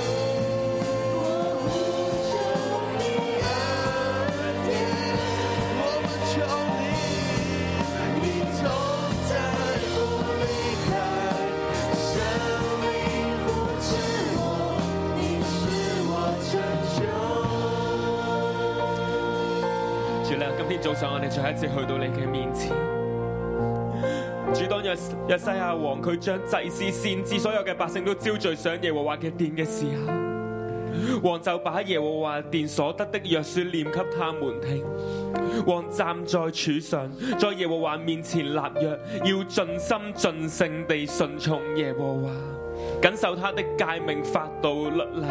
[SPEAKER 4] 我呼求你恩典，我们求你。你从此不离开，生命扶持我，你是我拯救。
[SPEAKER 7] 主你啊今天早上我哋再一次去到你嘅面前。主當日日西亞王佢將祭司、先知所有嘅百姓都招聚上耶和華嘅殿嘅時候，王就把耶和華殿所得的約書念給他們聽。王站在柱上，在耶和華面前立約，要盡心盡性地順從耶和華，謹守他的誡命、法度、律例，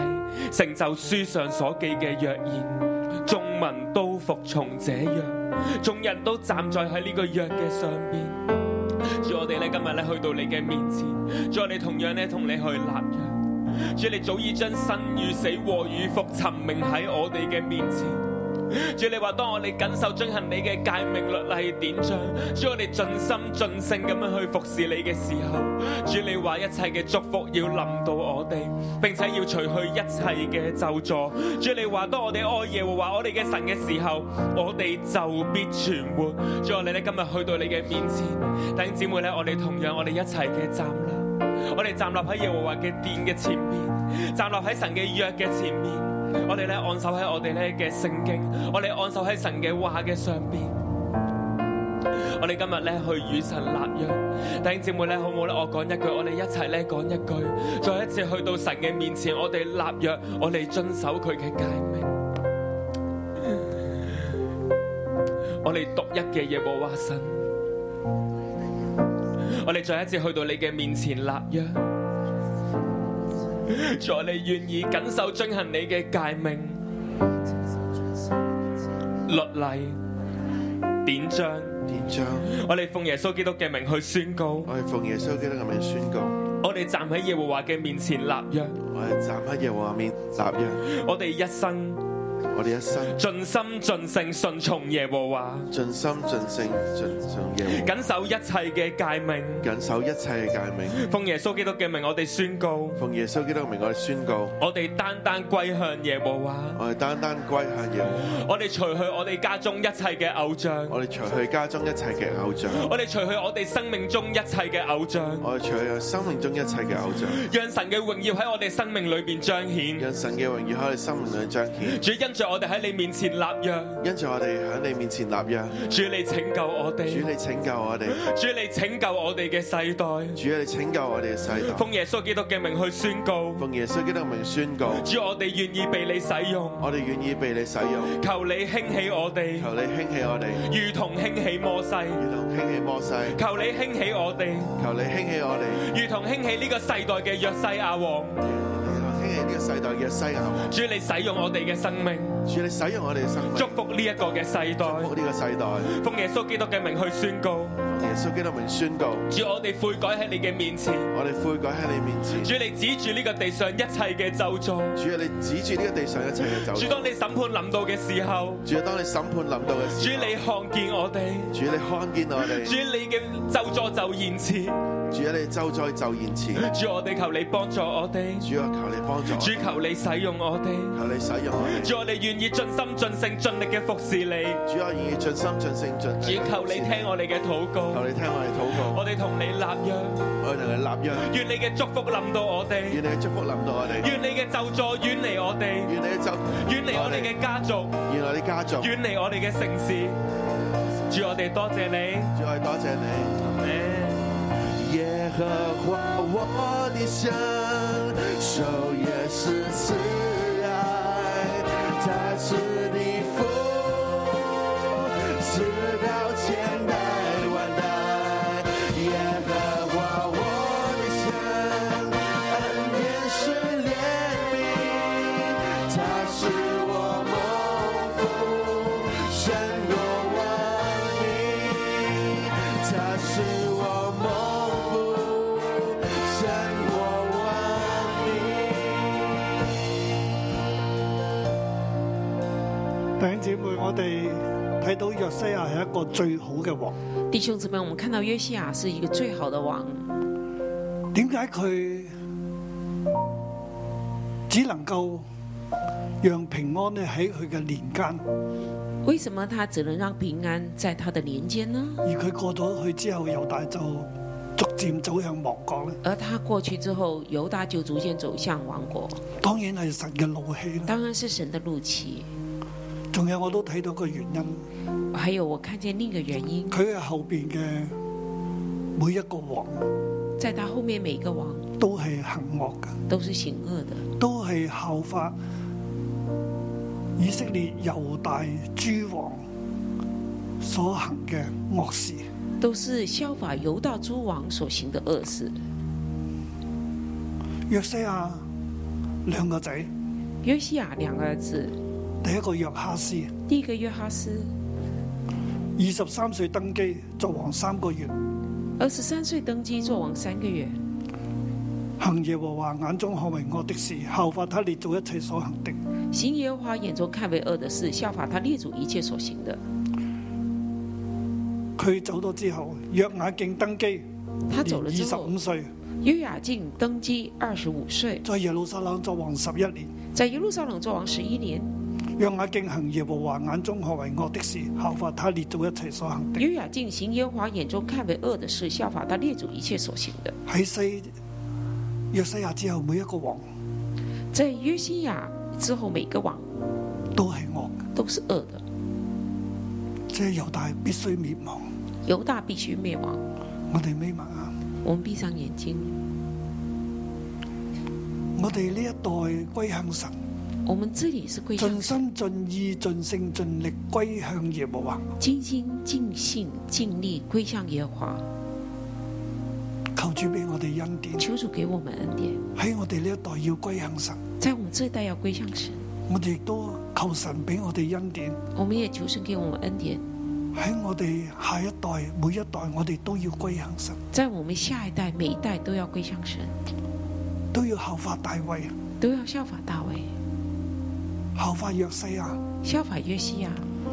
[SPEAKER 7] 成就書上所記嘅約言。眾民都服從這約，眾人都站在喺呢個約嘅上邊。主我哋咧今日咧去到你嘅面前，主我哋同樣咧同你去立約。主你早已將生與死、禍與福尋明喺我哋嘅面前。主你話當我哋謹守遵行你嘅誡命律例典章，主我哋盡心盡性咁樣去服侍你嘅時候，主你話一切嘅祝福要臨到我哋，並且要除去一切嘅咒詛。主你話當我哋愛耶和華我哋嘅神嘅時候，我哋就必存活。主我哋咧今日去到你嘅面前，弟兄姊妹咧，我哋同樣我哋一齊嘅站立。我哋站立喺耶和華嘅殿嘅前面，站立喺神嘅約嘅前面，我哋咧按手喺我哋咧嘅聖經，我哋按手喺神嘅話嘅上邊。我哋今日咧去與神立約，弟兄姊妹咧好唔好咧？我講一句，我哋一齊咧講一句，再一次去到神嘅面前，我哋立約，我哋遵守佢嘅誡命。我哋獨一嘅耶和華神。我哋再一次去到你嘅面前立約，主我哋願意謹守遵行你嘅誡命、律例、典章。
[SPEAKER 4] 典章，
[SPEAKER 7] 我哋奉耶穌基督嘅名去宣告，
[SPEAKER 4] 我係奉耶穌基督嘅名宣告，
[SPEAKER 7] 我哋站喺耶和華嘅面前立約，
[SPEAKER 4] 我係站喺耶和華面立約，
[SPEAKER 7] 我哋一生
[SPEAKER 4] 我哋一生
[SPEAKER 7] 盡心盡性順從耶和華，
[SPEAKER 4] 盡心盡性盡盡耶和
[SPEAKER 7] 謹守一切嘅誡命。
[SPEAKER 4] 華，緊守一切嘅誡命。
[SPEAKER 7] 奉耶穌基督嘅名，我哋宣告，
[SPEAKER 4] 奉耶穌基督嘅名，我哋宣告，
[SPEAKER 7] 我哋單單歸向耶和華，
[SPEAKER 4] 我哋單單歸向耶和華，
[SPEAKER 7] 我哋除去我哋家中一切嘅偶像。
[SPEAKER 4] 我哋除去家中一切嘅偶像，
[SPEAKER 7] 我哋除去我哋生命中一切嘅偶像，
[SPEAKER 4] 我哋除去生命中一切嘅偶像，
[SPEAKER 7] 让神嘅榮耀喺我哋生命裏边彰顯。
[SPEAKER 4] 讓神嘅榮耀喺我哋生命裏彰顯。
[SPEAKER 7] 主因着我哋喺你面前立約，
[SPEAKER 4] 因住我哋喺你面前立約，
[SPEAKER 7] 主你拯救我
[SPEAKER 4] 主
[SPEAKER 7] 哋，
[SPEAKER 4] 你拯救我哋，
[SPEAKER 7] 主你拯救我哋嘅世代。
[SPEAKER 4] 主你拯救我哋嘅世代。
[SPEAKER 7] 奉耶穌基督嘅名去宣告，
[SPEAKER 4] 奉耶穌基督嘅名宣告，
[SPEAKER 7] 主我哋願意被你使用，
[SPEAKER 4] 我哋願意被你使用，
[SPEAKER 7] 求你興起我哋，
[SPEAKER 4] 求你興起我哋，
[SPEAKER 7] 如同興起摩西，
[SPEAKER 4] 如同興起摩西，
[SPEAKER 7] 求你興起我哋，
[SPEAKER 4] 求你興起我哋，
[SPEAKER 7] 如同興起呢個世代嘅約西亞王。
[SPEAKER 4] 如同興起呢個世代嘅西亞王。
[SPEAKER 7] 主你使用我哋嘅生命，
[SPEAKER 4] 主你使用我哋嘅生命，
[SPEAKER 7] 祝福呢一個嘅世
[SPEAKER 4] 祝
[SPEAKER 7] 代
[SPEAKER 4] 福。呢個世代。
[SPEAKER 7] 奉耶穌基督嘅名去宣告。
[SPEAKER 4] 耶穌基督名宣告，
[SPEAKER 7] 主，我哋悔改喺你嘅面前。
[SPEAKER 4] 我哋悔改喺你面前。
[SPEAKER 7] 主，你指住呢個地上一切嘅咒詛。
[SPEAKER 4] 主啊，你指住呢個地上一切嘅走。
[SPEAKER 7] 主，當你審判臨到嘅時候，
[SPEAKER 4] 主啊，當你審判臨到嘅
[SPEAKER 7] 主
[SPEAKER 4] 時候，
[SPEAKER 7] 你看見我哋，
[SPEAKER 4] 主你看見我哋
[SPEAKER 7] 主，你嘅咒詛就延遲。
[SPEAKER 4] 主啊，你咒災就延遲。
[SPEAKER 7] 主，我哋求你幫助我哋，
[SPEAKER 4] 主啊，求你幫助我，
[SPEAKER 7] 主求你使用我哋，
[SPEAKER 4] 求你使用我哋。
[SPEAKER 7] 主我哋願意盡心盡性盡力嘅服侍你。
[SPEAKER 4] 主啊，願意盡心盡性盡力。
[SPEAKER 7] 主，求你聽我哋嘅禱
[SPEAKER 4] 求
[SPEAKER 7] 告，
[SPEAKER 4] 你聽我哋禱告，
[SPEAKER 7] 我哋同你立約，
[SPEAKER 4] 我哋同你立約，
[SPEAKER 7] 願你嘅祝福臨到我哋，
[SPEAKER 4] 願你嘅祝福臨到我哋，
[SPEAKER 7] 願你嘅咒詛遠離我哋，
[SPEAKER 4] 願你嘅咒，
[SPEAKER 7] 遠離我哋嘅家族。
[SPEAKER 4] 願我哋家族。
[SPEAKER 7] 遠離我哋嘅城市。主，我哋多謝你。
[SPEAKER 4] 主啊，多謝你。耶和和华我的神，手也是慈爱，他是你父，直到千代万代。耶和华我的神，恩典是怜悯，他是我蒙福，胜过万民，他是我蒙福，胜过万民。
[SPEAKER 2] 弟兄姊妹，我哋睇到約西亞係一個最好嘅王。
[SPEAKER 3] 弟兄姊妹，我们看到约西亚是一个最好的王，
[SPEAKER 2] 點解佢只能夠讓平安咧喺佢嘅年間，
[SPEAKER 3] 为什么他只能让平安在他的年间呢？
[SPEAKER 2] 而佢過咗去之後，猶大就逐漸走向亡國咧？
[SPEAKER 3] 而他过去之后，犹大就逐渐走向亡国，
[SPEAKER 2] 當然係神嘅怒氣啦。
[SPEAKER 3] 当然是神的怒气。
[SPEAKER 2] 仲有我都睇到個原因，
[SPEAKER 3] 还有我看见另一个原因，
[SPEAKER 2] 佢嘅後邊嘅每一個王
[SPEAKER 3] 在他后面每个王
[SPEAKER 2] 都係行惡嘅，
[SPEAKER 3] 都是行恶的，
[SPEAKER 2] 都係效法以色列猶大諸王所行嘅惡事。
[SPEAKER 3] 都是效法犹大诸王所行的恶事。
[SPEAKER 2] 約西亞兩個仔，
[SPEAKER 3] 约西亚两个儿子，
[SPEAKER 2] 第一個約哈斯，
[SPEAKER 3] 第一个约哈斯，
[SPEAKER 2] 二十三歲登基作王三個月，
[SPEAKER 3] 二十三岁登基做王三个月，
[SPEAKER 2] 行耶和華眼中看為惡的事，效法他列祖一切所行的。
[SPEAKER 3] 行耶和华眼中看为恶的事，效法他列祖一切所行的。
[SPEAKER 2] 佢走咗之後，約雅敬登基，
[SPEAKER 3] 他走了
[SPEAKER 2] 二
[SPEAKER 3] 之
[SPEAKER 2] 十
[SPEAKER 3] 后
[SPEAKER 2] 五，歲，
[SPEAKER 3] 约雅敬登基二十五岁，
[SPEAKER 2] 在耶路撒冷作王十一年。
[SPEAKER 3] 在耶路撒冷做王十一年。
[SPEAKER 2] 約雅敬行耶和華眼中看為惡的事，效法他列祖一切所行的。
[SPEAKER 3] 约雅敬行耶和华眼中看为恶的事，效法他列祖一切所行的。
[SPEAKER 2] 喺西約西亞之後，每一個王
[SPEAKER 3] 在约西亚之后，每个王
[SPEAKER 2] 都係惡嘅，
[SPEAKER 3] 都是恶的，
[SPEAKER 2] 即係猶大必須滅亡。
[SPEAKER 3] 犹大必须灭亡。
[SPEAKER 2] 我哋眯埋眼。
[SPEAKER 3] 我们闭上眼睛，
[SPEAKER 2] 我哋呢一代歸向神，
[SPEAKER 3] 我们这里是归向
[SPEAKER 2] 盡
[SPEAKER 3] 神，
[SPEAKER 2] 心盡意盡性盡力歸向耶和華，
[SPEAKER 3] 尽心尽性尽力归向耶和华。
[SPEAKER 2] 求主俾我哋恩典。
[SPEAKER 3] 求主给我们恩典，
[SPEAKER 2] 喺我哋呢一代要歸向神，
[SPEAKER 3] 在我们这一代要归向神。
[SPEAKER 2] 我哋亦都求神俾我哋恩典。
[SPEAKER 3] 我们也求神给我们恩典，
[SPEAKER 2] 喺我哋下一代每一代，我哋都要歸向神，
[SPEAKER 3] 在我们下一代每一代都要归向神，
[SPEAKER 2] 都要效法大衛，
[SPEAKER 3] 都要效法大卫，
[SPEAKER 2] 效法約西亞，
[SPEAKER 3] 效法约西亚，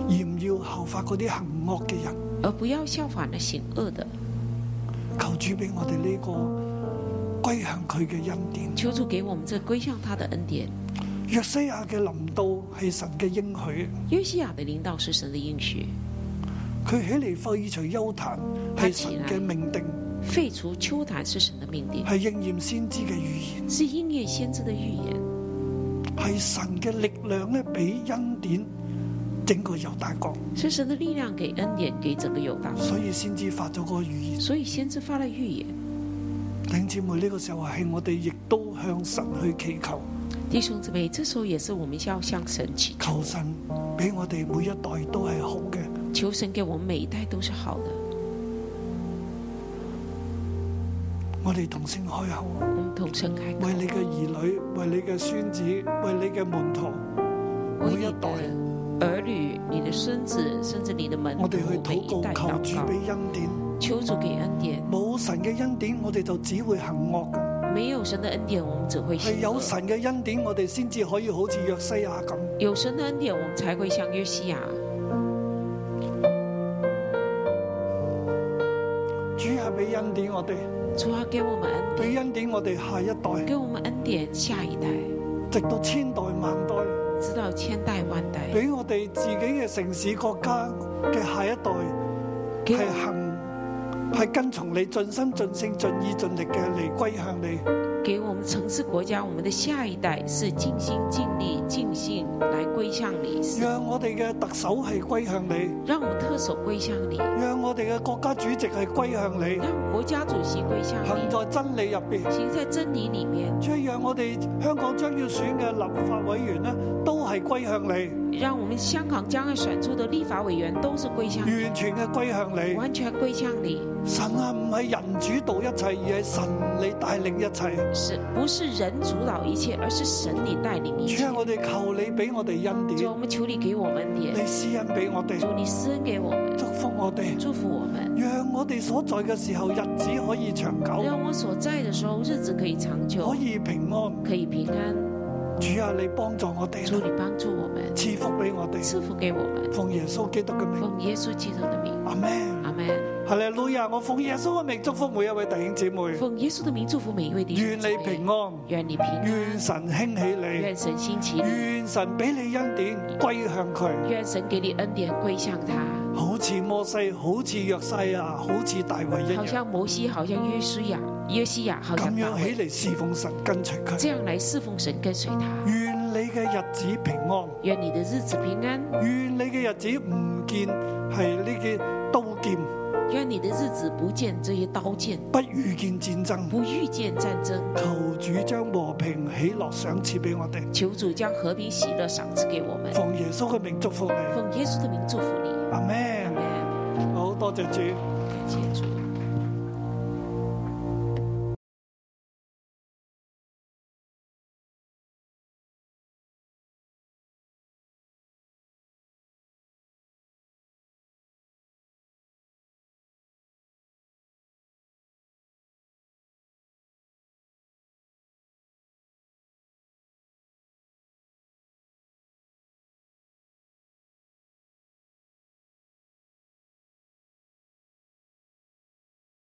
[SPEAKER 2] 而唔要效法嗰啲行惡嘅人。
[SPEAKER 3] 而不要效法那行恶的。
[SPEAKER 2] 求主俾我哋呢個歸向佢嘅恩典。
[SPEAKER 3] 求主给我们这归向他的恩典。
[SPEAKER 2] 約西亞嘅臨到係神嘅應許。
[SPEAKER 3] 约西亚的领导是神的应许，
[SPEAKER 2] 佢起嚟廢除幽壇係神嘅命定，
[SPEAKER 3] 废除秋坛是神的命令，
[SPEAKER 2] 係應驗先知嘅預言，
[SPEAKER 3] 是应验先知的预言，
[SPEAKER 2] 係神嘅力量咧，俾恩典整個猶大國，
[SPEAKER 3] 是神的力量给恩典给整个犹大。
[SPEAKER 2] 所以先至發咗嗰個預言。
[SPEAKER 3] 所以先知发了预言，
[SPEAKER 2] 弟兄姊妹呢個時候係我哋亦都向神去祈求，
[SPEAKER 3] 弟兄姊妹，这时候也是我们要向神祈求，
[SPEAKER 2] 求神俾我哋每一代都係好嘅，
[SPEAKER 3] 求神给我们每一代都是好的。
[SPEAKER 2] 我哋同聲開口，
[SPEAKER 3] 我们同神开口
[SPEAKER 2] 為，你嘅兒女，為你嘅孫子，為你嘅門徒，
[SPEAKER 3] 为
[SPEAKER 2] 每
[SPEAKER 3] 你
[SPEAKER 2] 一
[SPEAKER 3] 的
[SPEAKER 2] 代，
[SPEAKER 3] 儿女、你的孙子，甚至你的门徒
[SPEAKER 2] 我哋去，
[SPEAKER 3] 每
[SPEAKER 2] 禱
[SPEAKER 3] 一代
[SPEAKER 2] 告，求
[SPEAKER 3] 祷
[SPEAKER 2] 主
[SPEAKER 3] 告，
[SPEAKER 2] 俾恩典。
[SPEAKER 3] 求主给恩典。
[SPEAKER 2] 冇神嘅恩典，我哋就只會行惡嘅。
[SPEAKER 3] 没有神的恩典，我们只会
[SPEAKER 2] 係
[SPEAKER 3] 行
[SPEAKER 2] 有
[SPEAKER 3] 恶；
[SPEAKER 2] 神嘅恩典，我哋先至可以好似約西亞咁。
[SPEAKER 3] 有神的恩典，我们才会像约西亚。
[SPEAKER 2] 主係俾恩典我哋，
[SPEAKER 3] 主啊，给我们恩
[SPEAKER 2] 俾
[SPEAKER 3] 典，
[SPEAKER 2] 恩典我哋下一代，
[SPEAKER 3] 给我们恩典，下一代，
[SPEAKER 2] 直到千代萬代，
[SPEAKER 3] 直到千代万代，
[SPEAKER 2] 俾我哋自己嘅城市、國家嘅下一代
[SPEAKER 3] 给
[SPEAKER 2] 係
[SPEAKER 3] 我
[SPEAKER 2] 行，係跟從你盡心盡性盡意盡力嘅嚟歸向你。
[SPEAKER 3] 给我们城市国家，我们的下一代是尽心尽力尽性来归向你，
[SPEAKER 2] 讓我哋嘅特首係歸向你，
[SPEAKER 3] 让我们特首归向你，
[SPEAKER 2] 讓我哋嘅國家主席係歸向你，
[SPEAKER 3] 让国家主席归下
[SPEAKER 2] 行
[SPEAKER 3] 面，
[SPEAKER 2] 在真理入邊。
[SPEAKER 3] 行在真理里面，
[SPEAKER 2] 主讓我哋香港將要選嘅立法委員呢，都係歸向你，
[SPEAKER 3] 让我们香港将要选出的立法委员都是归向你，
[SPEAKER 2] 完全嘅歸向你。
[SPEAKER 3] 完全归向你，
[SPEAKER 2] 神啊，唔係人主導一切，而係神你帶領一切。
[SPEAKER 3] 是不是人主导一切，而是神你带领一
[SPEAKER 2] 主
[SPEAKER 3] 切
[SPEAKER 2] 啊，。我哋求你俾我哋恩
[SPEAKER 3] 主，
[SPEAKER 2] 典
[SPEAKER 3] 我，们求你给我们
[SPEAKER 2] 你
[SPEAKER 3] 点，
[SPEAKER 2] 施恩俾我哋，
[SPEAKER 3] 主你施恩给我们，
[SPEAKER 2] 祝福我哋，
[SPEAKER 3] 祝福我们，
[SPEAKER 2] 讓我哋所在嘅時候日子可以長久，
[SPEAKER 3] 让我所在的时候日子可以长久
[SPEAKER 2] 可，以平安。
[SPEAKER 3] 可以平安。
[SPEAKER 2] 主啊，你幫助我哋
[SPEAKER 3] 主你
[SPEAKER 2] 啦，
[SPEAKER 3] 帮助我们，
[SPEAKER 2] 賜福俾我哋，
[SPEAKER 3] 赐福给我们，
[SPEAKER 2] 奉耶穌基督嘅名，
[SPEAKER 3] 奉耶稣基督的名，
[SPEAKER 2] 阿門。
[SPEAKER 3] 阿门。
[SPEAKER 2] 哈利路亞！我奉耶穌嘅名祝福每一位弟兄姊妹，
[SPEAKER 3] 奉耶稣的名祝福每一位弟兄
[SPEAKER 2] 願
[SPEAKER 3] 姊
[SPEAKER 2] 你
[SPEAKER 3] 妹，
[SPEAKER 2] 平安。
[SPEAKER 3] 愿你平安，
[SPEAKER 2] 愿神兴起你，
[SPEAKER 3] 愿神兴起你，
[SPEAKER 2] 愿神俾你恩典归向佢，
[SPEAKER 3] 愿神给你恩典归向他，
[SPEAKER 2] 好似摩西，好似约西啊，好似大卫一
[SPEAKER 3] 好
[SPEAKER 2] 样，
[SPEAKER 3] 像摩西，好像约书亚，约西亚，好像
[SPEAKER 2] 咁
[SPEAKER 3] 大
[SPEAKER 2] 样起
[SPEAKER 3] 卫，
[SPEAKER 2] 嚟侍奉神，跟随佢。
[SPEAKER 3] 这样来侍奉神，跟随他。
[SPEAKER 2] 愿你嘅日子平安，
[SPEAKER 3] 愿你的日子平安，
[SPEAKER 2] 愿你嘅日子唔见系呢嘅刀剑，
[SPEAKER 3] 愿你的日子不见这些刀剑，
[SPEAKER 2] 不遇见战争。
[SPEAKER 3] 不遇见战争。
[SPEAKER 2] 求主将和平喜乐赏赐俾我哋，
[SPEAKER 3] 求主将和平喜乐赏赐给我们。
[SPEAKER 2] 奉耶稣嘅名祝福你，
[SPEAKER 3] 奉耶稣的名祝福你，
[SPEAKER 2] 阿
[SPEAKER 3] 阿
[SPEAKER 2] 门。
[SPEAKER 3] 门。
[SPEAKER 2] 好多谢主。
[SPEAKER 3] 感谢主。